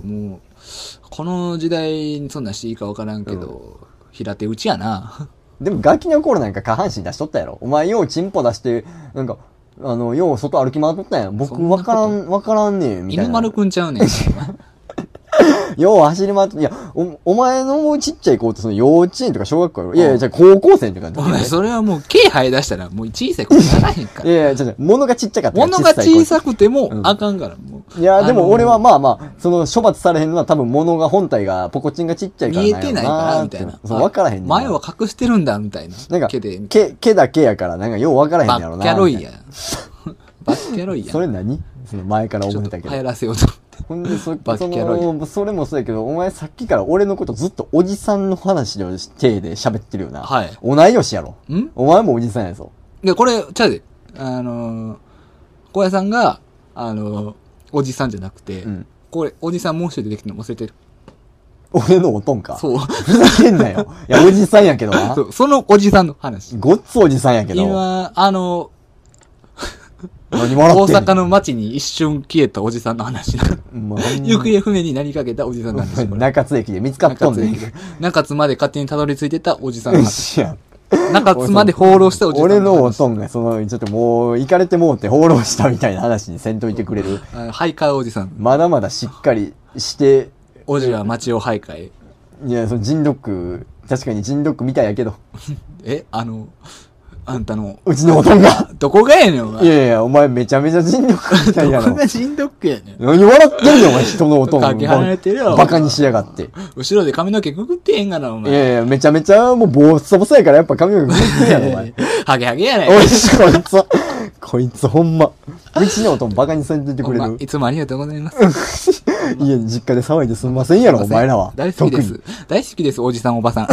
Speaker 1: もう、この時代にそんなんしていいかわからんけど、平手打ちやな。
Speaker 2: でも、ガキの頃なんか下半身出しとったやろ。お前、ようチンポ出して、なんか、あの、よう外歩き回っとったやん。
Speaker 1: そ
Speaker 2: 僕、
Speaker 1: んな
Speaker 2: わ
Speaker 1: こと
Speaker 2: からん、わからんねん、みたい
Speaker 1: 犬
Speaker 2: な
Speaker 1: 丸。くんちゃうねん。
Speaker 2: よう走り回っと、いや、お、お前のちっちゃい子ってその幼稚園とか小学校やろ。いやいや、じゃあ高校生とかの
Speaker 1: お
Speaker 2: 時や
Speaker 1: 前、
Speaker 2: で
Speaker 1: それはもう、毛生え出したら、もう小さい子にならへんか
Speaker 2: い
Speaker 1: ら。
Speaker 2: やいや、じゃあじゃあ物がちっちゃかったから
Speaker 1: 物が
Speaker 2: い子
Speaker 1: 小さくても
Speaker 2: う、ん
Speaker 1: あかんから、もう。
Speaker 2: いや、で
Speaker 1: あ
Speaker 2: も
Speaker 1: のー
Speaker 2: 俺はまあまあ、その処罰されへんのは多分物が本体がポコチンがちっちゃいから
Speaker 1: 見えてないから、みたい
Speaker 2: っ
Speaker 1: な
Speaker 2: て。そう、わからへんねんな
Speaker 1: 前は隠してるんだ、みたいな。
Speaker 2: なんか、
Speaker 1: 毛で、
Speaker 2: 毛、毛だけやから、なんかようわからへん
Speaker 1: バ
Speaker 2: ねやろ
Speaker 1: ッ
Speaker 2: な。
Speaker 1: キャロ
Speaker 2: み
Speaker 1: イ
Speaker 2: たい
Speaker 1: や。 バッキャロイ
Speaker 2: な
Speaker 1: や。
Speaker 2: そ
Speaker 1: ち
Speaker 2: れ何その前から
Speaker 1: ょ
Speaker 2: 思っ
Speaker 1: った
Speaker 2: け
Speaker 1: と流
Speaker 2: ど。
Speaker 1: 行らせようと思って。
Speaker 2: ほんで、そ、
Speaker 1: バッキ
Speaker 2: そ
Speaker 1: ャロイ
Speaker 2: の、それもそうやけど、お前さっきから俺のことずっとおじさんの話の体で喋ってるよな。
Speaker 1: はい
Speaker 2: 同い年やろ。
Speaker 1: ん
Speaker 2: お前もおじさんやぞ。
Speaker 1: で、これ、ちゃうで。あのー、小屋さんが、あのー、おじさんじゃなくて
Speaker 2: うん、
Speaker 1: これ、おじさんもう一人出てきてるの忘れてる。
Speaker 2: 俺のおとんか。
Speaker 1: そう。
Speaker 2: ふざけんなよ。いや、おじさんやけどな
Speaker 1: そ。うそのおじさんの話。
Speaker 2: ごっつおじさんやけど。
Speaker 1: 今、あの
Speaker 2: 何
Speaker 1: ー、
Speaker 2: 笑
Speaker 1: 大
Speaker 2: ってんねん
Speaker 1: 阪の街に一瞬消えたおじさんの話な。
Speaker 2: もうほんまに
Speaker 1: 行方不明になりかけたおじさんなんですよ。これ
Speaker 2: 中津駅で見つかっとんねん。
Speaker 1: 中津中津まで勝手にたどり着いてたおじさんの話。
Speaker 2: いや
Speaker 1: 中津まで放浪したおじさん
Speaker 2: 俺のお
Speaker 1: 話。
Speaker 2: とんが、その、ちょっともう、行かれてもうて放浪したみたいな話にせんといてくれる。
Speaker 1: あ徘徊おじさん。
Speaker 2: まだまだしっかりして、
Speaker 1: おじは街を徘徊。
Speaker 2: いや、その人ク確かに人クみたいやけど、
Speaker 1: え、あの、あんたの、
Speaker 2: うちのおとんが、
Speaker 1: どこがやねん、お前。
Speaker 2: いやいや、お前めちゃめちゃ人クみたいや
Speaker 1: どこ
Speaker 2: ろ。
Speaker 1: がしんどくやねん。
Speaker 2: 何笑ってんのお前人のおとん。
Speaker 1: かけ離れてるよ
Speaker 2: バカにしやがって。
Speaker 1: 後ろで髪の毛くぐってへんがな、お
Speaker 2: いや
Speaker 1: 前。
Speaker 2: いや、めちゃめちゃもうボッサボサやからやっぱ髪の毛くってるやろ、お前。
Speaker 1: ハゲハゲやねん。
Speaker 2: おいし、こいつは、こいつほんま。うちの音もバカにされててくれ
Speaker 1: ほんま
Speaker 2: る。
Speaker 1: いつもありがとうございます。
Speaker 2: いや、実家で騒いですんませんやろ、お前らは。
Speaker 1: 大好きです。大好きです、おじさん、おばさん。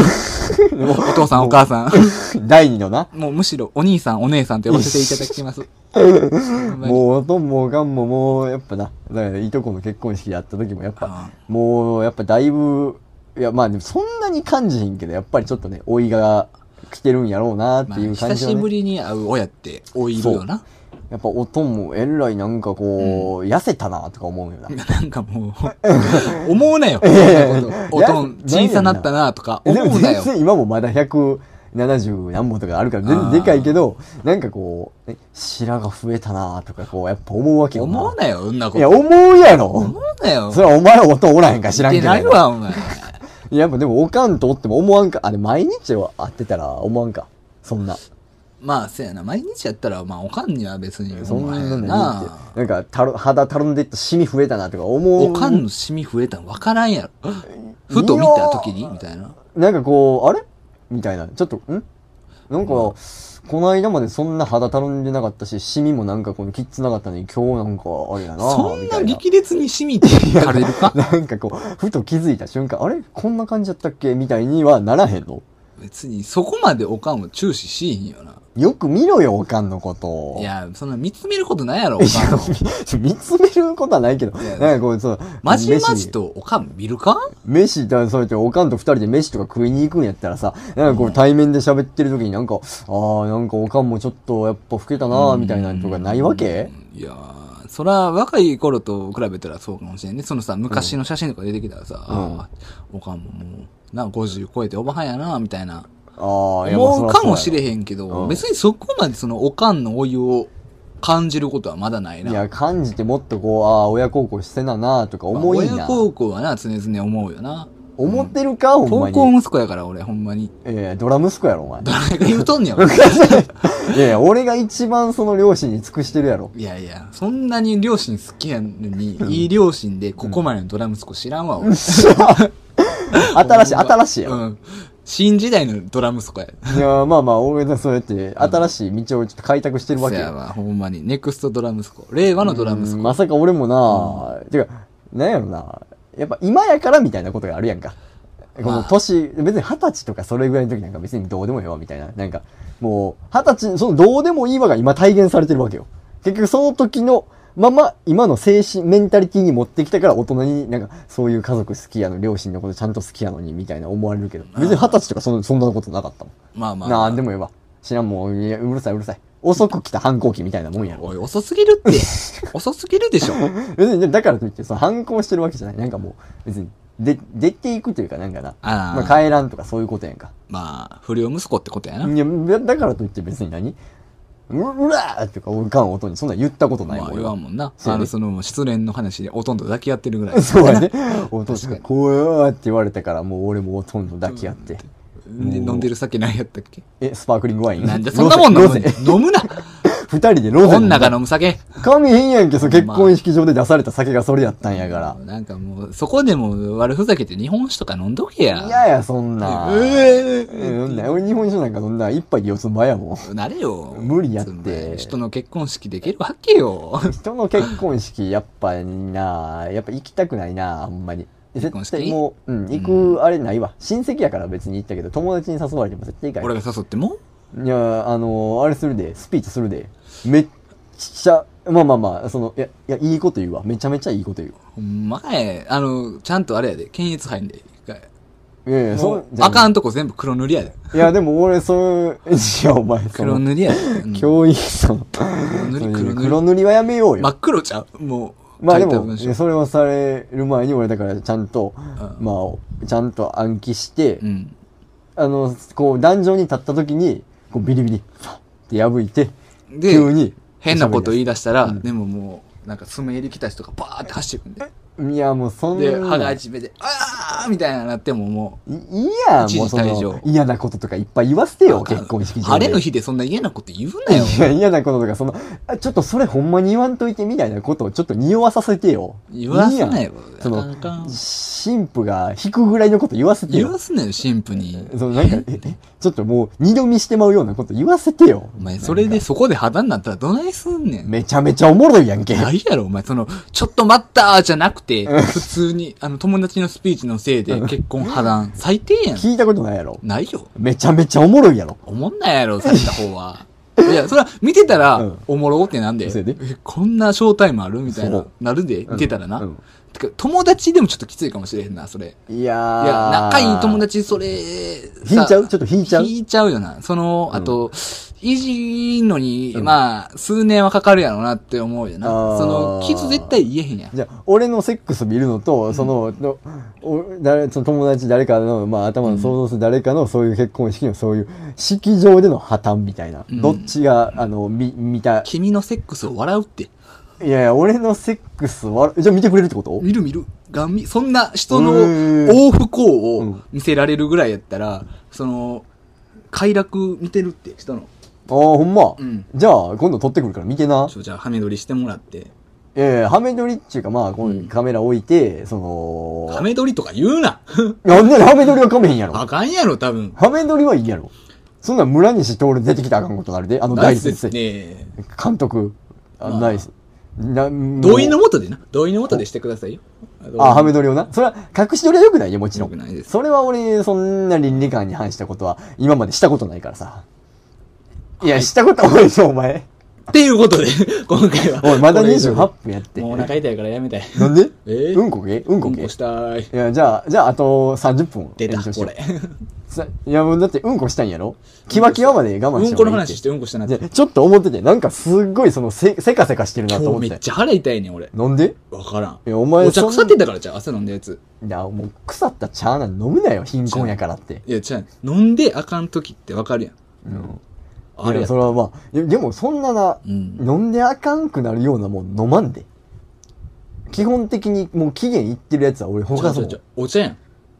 Speaker 1: お父さん、お母さん。
Speaker 2: 特に。第二のな。
Speaker 1: もうむしろお兄さん、お姉さんと呼ばせていただきます。もう、
Speaker 2: もう、音もがんももう、やっぱな、だからいとこの結婚式やった時もやっぱ、もう、やっぱだいぶ、いや、まあでもそんなに感じひんけど、やっぱりちょっとね、老いが来てるんやろうなって
Speaker 1: まあ
Speaker 2: いう感
Speaker 1: 久
Speaker 2: じ
Speaker 1: し
Speaker 2: は
Speaker 1: ぶ
Speaker 2: ね。
Speaker 1: りに会う親って多いるよな。
Speaker 2: やっぱ音もえらいなんかこう、痩せたなとか思うよな。
Speaker 1: なんかもう、思うな よ。そんなこと。おとん、小さなったなとか、
Speaker 2: えでも
Speaker 1: 思うな
Speaker 2: 全
Speaker 1: よ。
Speaker 2: 然今もまだ170何本とかあるから全
Speaker 1: あ
Speaker 2: 然
Speaker 1: ー
Speaker 2: でかいけど、なんかこう、え白が増えたなとかこう、やっぱ思うわけよな。
Speaker 1: 思うなよ、そんなこ
Speaker 2: いや、
Speaker 1: と。
Speaker 2: 思うやろ
Speaker 1: 思。うなよ。
Speaker 2: それはお前は音おらへんから知らん
Speaker 1: 言
Speaker 2: け
Speaker 1: っ
Speaker 2: ど
Speaker 1: てな
Speaker 2: や
Speaker 1: い
Speaker 2: ろ。
Speaker 1: わ、お前。
Speaker 2: いややっぱでもおかんとおっても思わんか。あれ毎日は会ってたら思わんか。そんな。
Speaker 1: まあ、せやな。毎日やったら、まあ、おかんには別に
Speaker 2: そ
Speaker 1: 思
Speaker 2: ん
Speaker 1: わ
Speaker 2: な
Speaker 1: へ
Speaker 2: の
Speaker 1: ん
Speaker 2: な
Speaker 1: な。
Speaker 2: いって。なんかたる、肌たるんでったシミ増えたなとか思う。
Speaker 1: おかんのシミ増えたの分からんやろ。ふと見た時にみたいな。
Speaker 2: なんかこう、あれみたいな。ちょっと、んなんか、この間までそんな肌たるんでなかったし、シミもなんかこのきっつなかったのに、今日なんかあれやな
Speaker 1: そん
Speaker 2: み
Speaker 1: な
Speaker 2: たいな。
Speaker 1: 激烈にシミって枯れるか
Speaker 2: なんかこう、ふと気づいた瞬間、あれこんな感じだったっけみたいにはならへんの
Speaker 1: 別に、そこまでおかんを注視しいんよな。
Speaker 2: よく見ろよ、おかんのことを。
Speaker 1: いや、そんな見つめることないやろ、おかんを。
Speaker 2: 見つめることはないけど、
Speaker 1: い
Speaker 2: な
Speaker 1: や
Speaker 2: んかこう、そう、
Speaker 1: まじま
Speaker 2: 飯
Speaker 1: じとおかん見るか
Speaker 2: 飯、だからそうやって、おかんと二人で飯とか食いに行くんやったらさ、なんかこう対面で喋ってる時になんか、ああ、なんかおかんもちょっとやっぱ老けたなーみたいなのとかないわけ
Speaker 1: いやー、そら、若い頃と比べたらそうかもしれんね。そのさ、昔の写真とか出てきたらさ、
Speaker 2: うん
Speaker 1: あーおかんももう、な、50超えておばはんやな、みたいな。
Speaker 2: ああ、やっぱそ
Speaker 1: 思う
Speaker 2: ら
Speaker 1: か
Speaker 2: そうやろ
Speaker 1: もしれへんけど、
Speaker 2: うん
Speaker 1: 別にそこまでそのおかんのお湯を感じることはまだないな。
Speaker 2: いや、感じてもっとこう、ああ、親孝行してななとか思い
Speaker 1: ま
Speaker 2: な。
Speaker 1: あ親孝行はな、常々思うよな。
Speaker 2: 思ってるか、ほんま
Speaker 1: 高
Speaker 2: に。
Speaker 1: 校息子やから、俺、ほんまに。
Speaker 2: ええドラ息子やろ、 お前。
Speaker 1: 誰が言うとんねや、俺
Speaker 2: いやいや、俺が一番その両親に尽くしてるやろ。
Speaker 1: いやいや、そんなに両親好きやのに、いい両親でここまでのドラ息子知らんわ、俺。
Speaker 2: 新しい、新しいやろ。
Speaker 1: うん。新時代のドラ息子や。
Speaker 2: いやーまあまあ、俺がそうやって、新しい道をちょっと開拓してるわ
Speaker 1: そ
Speaker 2: け
Speaker 1: や
Speaker 2: よ。
Speaker 1: わ、ほんまに。ネクストドラ息子。令和のドラ息
Speaker 2: う
Speaker 1: 子。
Speaker 2: んまさか俺もな、てか、なんやろな、やっぱ今やからみたいなことがあるやんか。こ
Speaker 1: まあ
Speaker 2: の年、別に二十歳とかそれぐらいの時なんか別にどうでもいいわみたいな。なんか、もう、二十歳、そのどうでもいいわが今体現されてるわけよ。結局その時のまま、今の精神、メンタリティに持ってきたから大人になんか、そういう家族好きやの、両親のことちゃんと好きやのに、みたいな思われるけど。別に二十歳とかそんそんなことなかったもん。
Speaker 1: まあまあ。
Speaker 2: なんでもええわ。知らんもん、いやうるさいうるさい。遅く来た反抗期みたいなもんやろ。
Speaker 1: おい、遅す ぎるって。遅すぎるでしょ。
Speaker 2: 別に、だからといって、その反抗してるわけじゃない。なんかもう、別に、で、出ていくというか、なんかな。
Speaker 1: あー
Speaker 2: まあ、帰らんとかそういうことやんか。
Speaker 1: まあ、不良息子ってことやな。
Speaker 2: いや、だだからといって別に何ううらーっていうか、おかん音にそんなん言ったことない
Speaker 1: まあ、
Speaker 2: もん、俺
Speaker 1: 言わ
Speaker 2: は
Speaker 1: ん。もんな。
Speaker 2: そうや
Speaker 1: あ
Speaker 2: ね
Speaker 1: の、その、失恋の話でほとんど抱き合ってるぐらい。
Speaker 2: そうやね。 お父
Speaker 1: 確
Speaker 2: さ
Speaker 1: か
Speaker 2: ん、
Speaker 1: に
Speaker 2: こうやーって言われたから、もう俺もほとんど抱き合って。
Speaker 1: で飲んでる酒何やったっけ
Speaker 2: え、スパークリングワイン
Speaker 1: なんでそんなもん飲
Speaker 2: ロ
Speaker 1: む
Speaker 2: ゼ
Speaker 1: ん
Speaker 2: ロゼ
Speaker 1: 飲むな
Speaker 2: 二人でロゼ
Speaker 1: 女が飲む酒
Speaker 2: かみへんやんけ、その結婚式場で出された酒がそれやったんやから。
Speaker 1: なんかもう、そこでも悪ふざけて日本酒とか飲んどけや。
Speaker 2: いやや、そんな。
Speaker 1: う
Speaker 2: え
Speaker 1: え
Speaker 2: ーなんだよ俺日本酒なんかそんな一杯で四つ前やもん。
Speaker 1: なれよ。
Speaker 2: 無理やって
Speaker 1: そんな人の結婚式できるわけよ。
Speaker 2: 人の結婚式、やっぱな、やっぱ行きたくないな、あんまり。
Speaker 1: 結
Speaker 2: 絶
Speaker 1: 婚式
Speaker 2: 対もう、うん、行くあれないわ。親戚やから別に行ったけど、友達に誘われても絶対行か
Speaker 1: 俺
Speaker 2: な
Speaker 1: が誘っても
Speaker 2: い。いや、あの、あれするで、スピーチするで。めっちゃ、まあまあまあ、その、いや、いや、いいこと言うわ。めちゃめちゃいいこと言う。
Speaker 1: ほんまかいあの、ちゃんとあれやで、検閲入んで、一回。
Speaker 2: いやいや、そ
Speaker 1: も
Speaker 2: う
Speaker 1: う、あか
Speaker 2: ん。
Speaker 1: んとこ全部黒塗りやで。
Speaker 2: いや、でも俺、そういう、いや、お前、そ
Speaker 1: 黒
Speaker 2: の、
Speaker 1: 塗りやで。うん
Speaker 2: 教育、その、
Speaker 1: 塗り
Speaker 2: そういう
Speaker 1: 黒塗り
Speaker 2: 黒塗りはやめようよ。
Speaker 1: 真っ黒ちゃうもう、
Speaker 2: まあで
Speaker 1: 書いた
Speaker 2: も、
Speaker 1: 文
Speaker 2: い
Speaker 1: 章
Speaker 2: やそれをされる前に俺だからちゃんと、
Speaker 1: ん
Speaker 2: まあ、ちゃんと暗記して、
Speaker 1: うん。
Speaker 2: あの、こう、壇上に立った時に、こう、ビリビリ、ファッって破いて、
Speaker 1: で
Speaker 2: 急に、
Speaker 1: 変なこと言い出したら、
Speaker 2: うん
Speaker 1: でももう、なんか爪襟着た人がバーって走ってくんで。
Speaker 2: いや、もうそん
Speaker 1: で、歯が
Speaker 2: な、い
Speaker 1: 始めて、あーみたいななってもも
Speaker 2: いや、
Speaker 1: 一
Speaker 2: もう
Speaker 1: 時
Speaker 2: そ
Speaker 1: 退場
Speaker 2: の、嫌なこととかいっぱい言わせて
Speaker 1: う、
Speaker 2: よ、
Speaker 1: あかん
Speaker 2: 結婚式場
Speaker 1: 晴
Speaker 2: で。
Speaker 1: れの日でそんな嫌なこと言うなよ。
Speaker 2: いや、嫌なこととか、その、あちょっとそれほんまに言わんといてみたいなことをちょっと匂わさせてよ。
Speaker 1: 言わせない
Speaker 2: い
Speaker 1: よ
Speaker 2: やその
Speaker 1: あかん、
Speaker 2: 神父が引くぐらいのこと言わせて
Speaker 1: 言
Speaker 2: よ
Speaker 1: わ。すなよ、神父に。
Speaker 2: そのなん か、え、えちょっともう二度見してまうようなこと言わせてよ。
Speaker 1: お前、それでそこで肌になったらどないすんねん。
Speaker 2: めちゃめちゃおもろいやんけ。
Speaker 1: ないやろ、お前。その、ちょっと待ったーじゃなくて、普通に、あの、友達のスピーチのせいで結婚破談。最低やん。
Speaker 2: 聞いたことないやろ。
Speaker 1: ないよ。
Speaker 2: めちゃめちゃおもろいやろ。
Speaker 1: おもんないやろ、された方は。いや、それは見てたら、
Speaker 2: うん
Speaker 1: おもろってなんで、
Speaker 2: そうやで
Speaker 1: えこんなショータイムあるみたい
Speaker 2: そ
Speaker 1: な
Speaker 2: う、
Speaker 1: なるで、見てたらな。
Speaker 2: うん
Speaker 1: てか、友達でもちょっときついかもしれへんな、それ。い
Speaker 2: いやー。
Speaker 1: や、仲いい友。達、それ、
Speaker 2: 引いちゃう
Speaker 1: さ
Speaker 2: ちょっと引いちゃう
Speaker 1: 引いちゃうよな。その、
Speaker 2: うん
Speaker 1: あと、いじんのに、
Speaker 2: うん
Speaker 1: まあ、数年はかかるやろうなって思うよな。
Speaker 2: あー
Speaker 1: その、傷絶対言えへんやん。
Speaker 2: じゃあ、俺のセックス見るのと、その、のお誰その友達誰かの、まあ頭の想像する誰かのそういう結婚式のそういう式場での破綻みたいな。
Speaker 1: うん
Speaker 2: どっちが、あの、み、見た。
Speaker 1: 君のセックスを笑うって。
Speaker 2: いやいや、俺のセックスは、じゃあ見てくれるってこと
Speaker 1: 見る見る。ガン見。そんな人の
Speaker 2: うん
Speaker 1: 往復行を見せられるぐらいやったら、その、快楽見てるって、人の。
Speaker 2: ああ、ほんま。
Speaker 1: うん
Speaker 2: じゃあ、今度撮ってくるから見てな
Speaker 1: ち。ょ、じゃあ、ハメ撮りしてもらって。
Speaker 2: いやいや、ハメ撮りっていうか、まあ、このカメラ置いて、その、
Speaker 1: ハメ撮りとか言 うな
Speaker 2: なんでハメ撮りはかめへんやろ。
Speaker 1: あかんやろ、多分。
Speaker 2: ハメ撮りはいいやろ。そんなん村西徹出てきたらあかんことなるで、あの
Speaker 1: ナイ
Speaker 2: 大
Speaker 1: スで
Speaker 2: 先
Speaker 1: す
Speaker 2: 生。
Speaker 1: ね。
Speaker 2: 監督、あ
Speaker 1: まあ
Speaker 2: ナイス。な同
Speaker 1: 同意のもとでな。同意のもとでしてくださいよ。
Speaker 2: あ、ハメ撮りをな。それは、隠し撮りは良くないよ、もちろん。
Speaker 1: 良くないです
Speaker 2: それは俺、そんな倫理観に反したことは、今までしたことないからさ。いや、したこと多いぞ、お前。
Speaker 1: っていうことで、 今回は。
Speaker 2: おい、まだ
Speaker 1: これ以上で
Speaker 2: 28分やって。
Speaker 1: もうお腹痛いからやめたい。
Speaker 2: なんで
Speaker 1: えー
Speaker 2: うんこけうんこ
Speaker 1: うん
Speaker 2: け
Speaker 1: こ
Speaker 2: い
Speaker 1: したい。
Speaker 2: や、じゃあ、じゃあ、あと30分
Speaker 1: 出た、
Speaker 2: 延長し
Speaker 1: こ
Speaker 2: よう
Speaker 1: れ。。
Speaker 2: さいや、もうだって、うんこしたいんやろキワキワまで我慢
Speaker 1: う
Speaker 2: し
Speaker 1: ん
Speaker 2: て
Speaker 1: この話して、うんこしたなって。
Speaker 2: で、ちょっと思ってて、なんかすっごいそのせ、せかせかしてるなと
Speaker 1: 今
Speaker 2: 思っ
Speaker 1: 日
Speaker 2: て。
Speaker 1: めっちゃ腹痛いねん、俺。
Speaker 2: なんで
Speaker 1: わからん。
Speaker 2: いやお前
Speaker 1: お茶
Speaker 2: そん
Speaker 1: 腐ってたからちゃう、朝飲んだやつ。
Speaker 2: いや、もう腐った茶なん飲むなよ、貧困やからって。
Speaker 1: いや、ちゃう。飲んであかん時ってわかるやん。
Speaker 2: うん。
Speaker 1: あれ
Speaker 2: い
Speaker 1: や
Speaker 2: や、それはまあ、ででもそんなな、
Speaker 1: うん
Speaker 2: 飲んであかんくなるようなもん飲まんで。基本的にもう期限いってるやつは俺
Speaker 1: ち
Speaker 2: 他
Speaker 1: ゃう
Speaker 2: そ
Speaker 1: ちゃ
Speaker 2: う
Speaker 1: うちゃうお茶やん。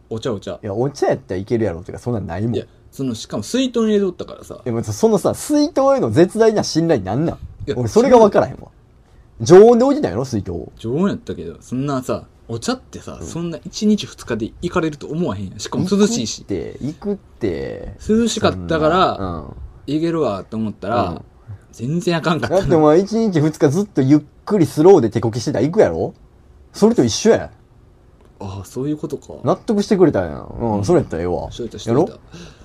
Speaker 1: お茶お茶
Speaker 2: いや、お茶やったらいけるやろっていうか、そんなんないもん。
Speaker 1: いやそのしかも水筒に入れとったからさ
Speaker 2: でもそのさ、水筒への絶大な信頼なんなん
Speaker 1: いや
Speaker 2: 俺、それが分からへんわ。常温で置いてたんやろ、水筒を。
Speaker 1: 常温やったけどそんなさお茶ってさ、そんな1日2日で行かれると思わへんやんしかも涼しいし
Speaker 2: 行くって、行くって。
Speaker 1: 涼しかったから、
Speaker 2: うん。
Speaker 1: いけるわと思ったら、
Speaker 2: うん
Speaker 1: 全然あかんかっ
Speaker 2: だ
Speaker 1: た
Speaker 2: って
Speaker 1: な
Speaker 2: お前1日2日ずっとゆっくりスローで手こきしてたら行くやろそれと一緒や。
Speaker 1: ああそういうことか
Speaker 2: 納得してくれたやん。うん、それやったらええわ。
Speaker 1: しといたし
Speaker 2: や
Speaker 1: とい
Speaker 2: ろ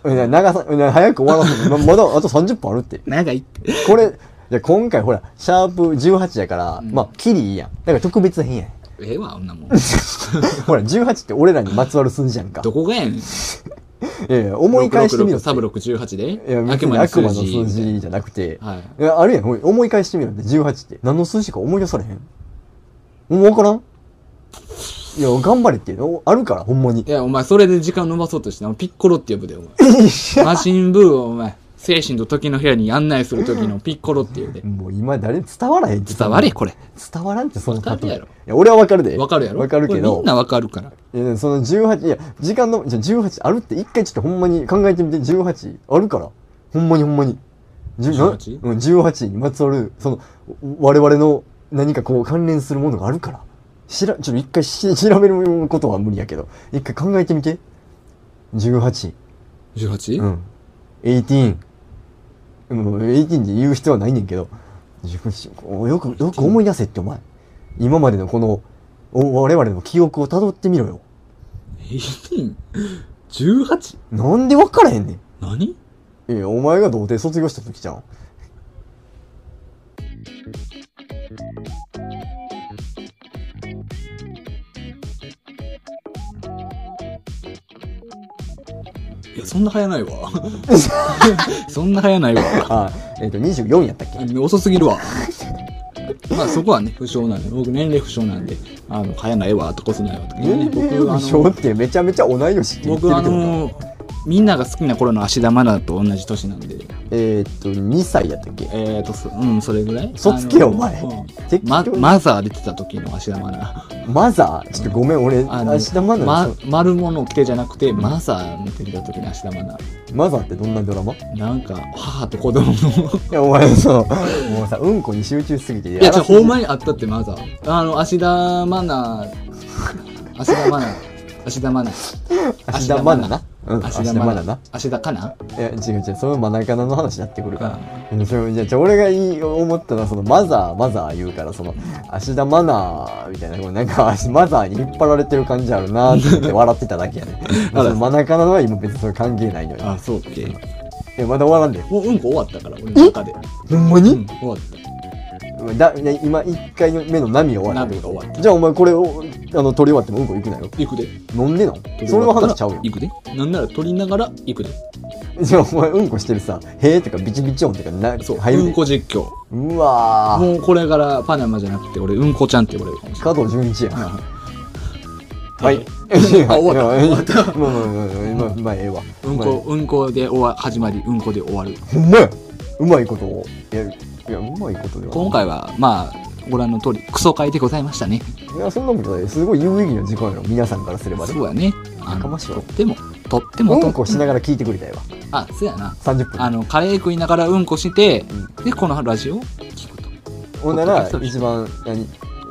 Speaker 1: た
Speaker 2: うん長さ、うん早く終わらせて、ままだあと30分あるって。
Speaker 1: 長いって
Speaker 2: これ、じゃ今回ほら、シャープ18やから、
Speaker 1: ん
Speaker 2: まあ、キリいいやん。だから特別編 やん。
Speaker 1: ええわあんなもん
Speaker 2: ほら、18って俺らにまつわる数字やんか。
Speaker 1: どこがやねん
Speaker 2: いやいや、思い返してみろって。
Speaker 1: サブ618で
Speaker 2: いや、別に悪魔の数字じゃなくて。
Speaker 1: はい
Speaker 2: いや、あるやん。ほい思い返してみろって、18って。何の数字か思い出されへん。もうわからんいや、頑張れって。おあるから、ほんまに
Speaker 1: い。やお前それで時間伸ばそうとしてなピッコロって呼ぶでお前マシンブーをお前精神と時の部屋に案内する時のピッコロって呼ぶで
Speaker 2: もう今誰伝わらへんって。
Speaker 1: 伝われこれ
Speaker 2: 伝わらんって、その
Speaker 1: わかるや
Speaker 2: い
Speaker 1: ろ
Speaker 2: や、俺はわかるで。
Speaker 1: わかるやろ
Speaker 2: わかるけ
Speaker 1: これみ
Speaker 2: ど
Speaker 1: ん。なわかるから
Speaker 2: いや、その18、いや、時間の、じゃあ18あるって、一回ちょっとほんまに考えてみて、18あるから。ほんまにほんまに。じゅな
Speaker 1: 18？
Speaker 2: うん、18にまつわる、その、我々の何かこう関連するものがあるから。しら、ちょっと一回し調べることは無理やけど、一回考えてみて。18。
Speaker 1: 18、
Speaker 2: うん。18。もう18で言う必要はないねんけど、18よく、よく思い出せってお前。今までのこの、お我々の記憶を辿ってみろよ。
Speaker 1: 18 18?
Speaker 2: なんで分からへんねん。
Speaker 1: 何
Speaker 2: えお前が童貞卒業した時じゃん。
Speaker 1: いやそんな早な いわそんな早ないわ
Speaker 2: あ、えっ、と、24やったっけ
Speaker 1: 遅すぎるわまあそこはね不詳なんで僕年齢不詳なんであの早ないわとこすないわとかね僕あの
Speaker 2: 小ってめちゃめちゃ同い年って言ってる
Speaker 1: 僕あ
Speaker 2: けどな。
Speaker 1: のみんなが好きな頃の芦田愛菜と同じ年なんで
Speaker 2: えっ、と、2歳やったっけ
Speaker 1: えー、とそうんそれぐらい
Speaker 2: 嘘つけよお前
Speaker 1: あの
Speaker 2: 適当
Speaker 1: まマザー出てた時の芦田愛菜
Speaker 2: マザーちょっとごめん、俺、
Speaker 1: あの
Speaker 2: 芦田愛菜
Speaker 1: ま
Speaker 2: の、
Speaker 1: 丸物を着てじゃなくてマザーに出てた時の芦田愛菜
Speaker 2: マザーってどんなドラマい
Speaker 1: なんか母と子供の
Speaker 2: や、お前、その、もうさ、うんこに集中しすぎて。
Speaker 1: いやじゃあほん
Speaker 2: に。
Speaker 1: まにあったってマザーあの芦田 愛菜芦田愛菜芦田愛
Speaker 2: 芦
Speaker 1: 菜
Speaker 2: 田愛菜な。うん、芦田
Speaker 1: 芦田
Speaker 2: 愛菜
Speaker 1: 愛
Speaker 2: な
Speaker 1: 菜。芦田かない
Speaker 2: や、違う違う、そのマナカナの話になってくるから。うん、そうじゃあ、じゃあ俺がいい思ったのは、その、マザー、マザー言うから、その、芦田マナーみたいな、こうなんか、足マザーに引っ張られてる感じあるなーって 思って笑ってただけやね。そ
Speaker 1: あら
Speaker 2: のマナカナは今別にそれ関係ないのよ。
Speaker 1: あそうっけ
Speaker 2: え、まだ終わらんで。
Speaker 1: もううんこ終わったから俺の中で
Speaker 2: ほんま
Speaker 1: うん終わった
Speaker 2: だ、ね、今、1回目の波が終わっ
Speaker 1: 鍋が終わった
Speaker 2: た。じゃあ、お前これを、あの、取り終わってもうんこ行くなよ。
Speaker 1: 行くで
Speaker 2: 飲んでなそれの話ちゃうよ。
Speaker 1: 行くでなんなら取りながら行くで
Speaker 2: じゃあ、お前うんこしてるさ、へーとかビチビチ音とかな、
Speaker 1: そう、
Speaker 2: 入る
Speaker 1: う
Speaker 2: で
Speaker 1: んこ実況
Speaker 2: うわー。
Speaker 1: もうこれからパナマじゃなくて俺うんこちゃんって呼ばれるかもしれ
Speaker 2: 加藤純一やん。
Speaker 1: ない
Speaker 2: はい。いやいやまあまあまあまあ、まあ、
Speaker 1: あ終わった
Speaker 2: まあ、ええわ。
Speaker 1: うん
Speaker 2: まあ
Speaker 1: こ。うんこで終わ始まりうんこで終わる
Speaker 2: ほんまや。うまいことを。いや、いや、うまいことでは。
Speaker 1: 今回はまあご覧の通りクソ会でございましたね
Speaker 2: いや、そんなことない。すごい有意義な時間やろ。皆さんからすればね。
Speaker 1: そうやねあ
Speaker 2: やか
Speaker 1: の
Speaker 2: ましいわ
Speaker 1: とってもとっても
Speaker 2: う
Speaker 1: とっ
Speaker 2: んこしてながら聞いてくれたよ。
Speaker 1: あそうやな
Speaker 2: 30分。
Speaker 1: あのカレー食いながらうんこして
Speaker 2: う
Speaker 1: でこのラジオを聞くと
Speaker 2: ほんなら
Speaker 1: ポッドキャ
Speaker 2: 一
Speaker 1: スト、で
Speaker 2: 番、何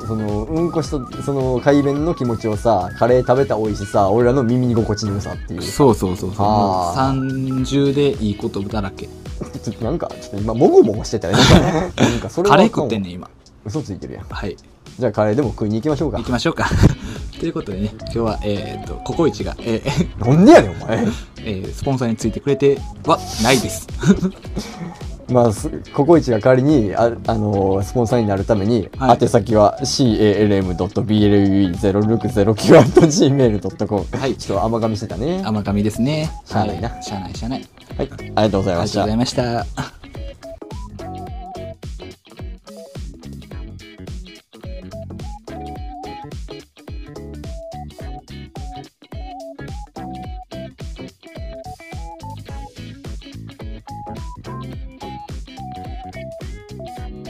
Speaker 2: その、うんこした、その、改便の気持ちをさ、カレー食べた美味しさ、俺らの耳に心地の良さっていう。ち
Speaker 1: そうそうそうそうもう
Speaker 2: あ
Speaker 1: 30でいいことだらけ
Speaker 2: ょっとなんか、ちょっと今、もごもごしてたよね。なんか、なんかそれは
Speaker 1: カ
Speaker 2: あか
Speaker 1: レ
Speaker 2: んわ
Speaker 1: ー食ってんね今
Speaker 2: 嘘ついてるやん。
Speaker 1: はい
Speaker 2: じゃあカレーでも食いに行きましょうか
Speaker 1: 行。きまし ょうかということでね今日はえっ、とココイチが、えー
Speaker 2: なんでやねん、お前。
Speaker 1: えースポンサーについてくれてはない です。
Speaker 2: まあ、すココイチが代わりにあ、あのースポンサーになるために、
Speaker 1: はい
Speaker 2: 宛先は calm.blue0609.gmail.com。
Speaker 1: はい
Speaker 2: ちょっと甘噛みしてたね。
Speaker 1: 甘噛みですね。
Speaker 2: しゃあないな
Speaker 1: はいしゃあないしゃあない。
Speaker 2: はい、ありがとうございま
Speaker 1: ありが
Speaker 2: し
Speaker 1: とう
Speaker 2: た
Speaker 1: ござい。ました。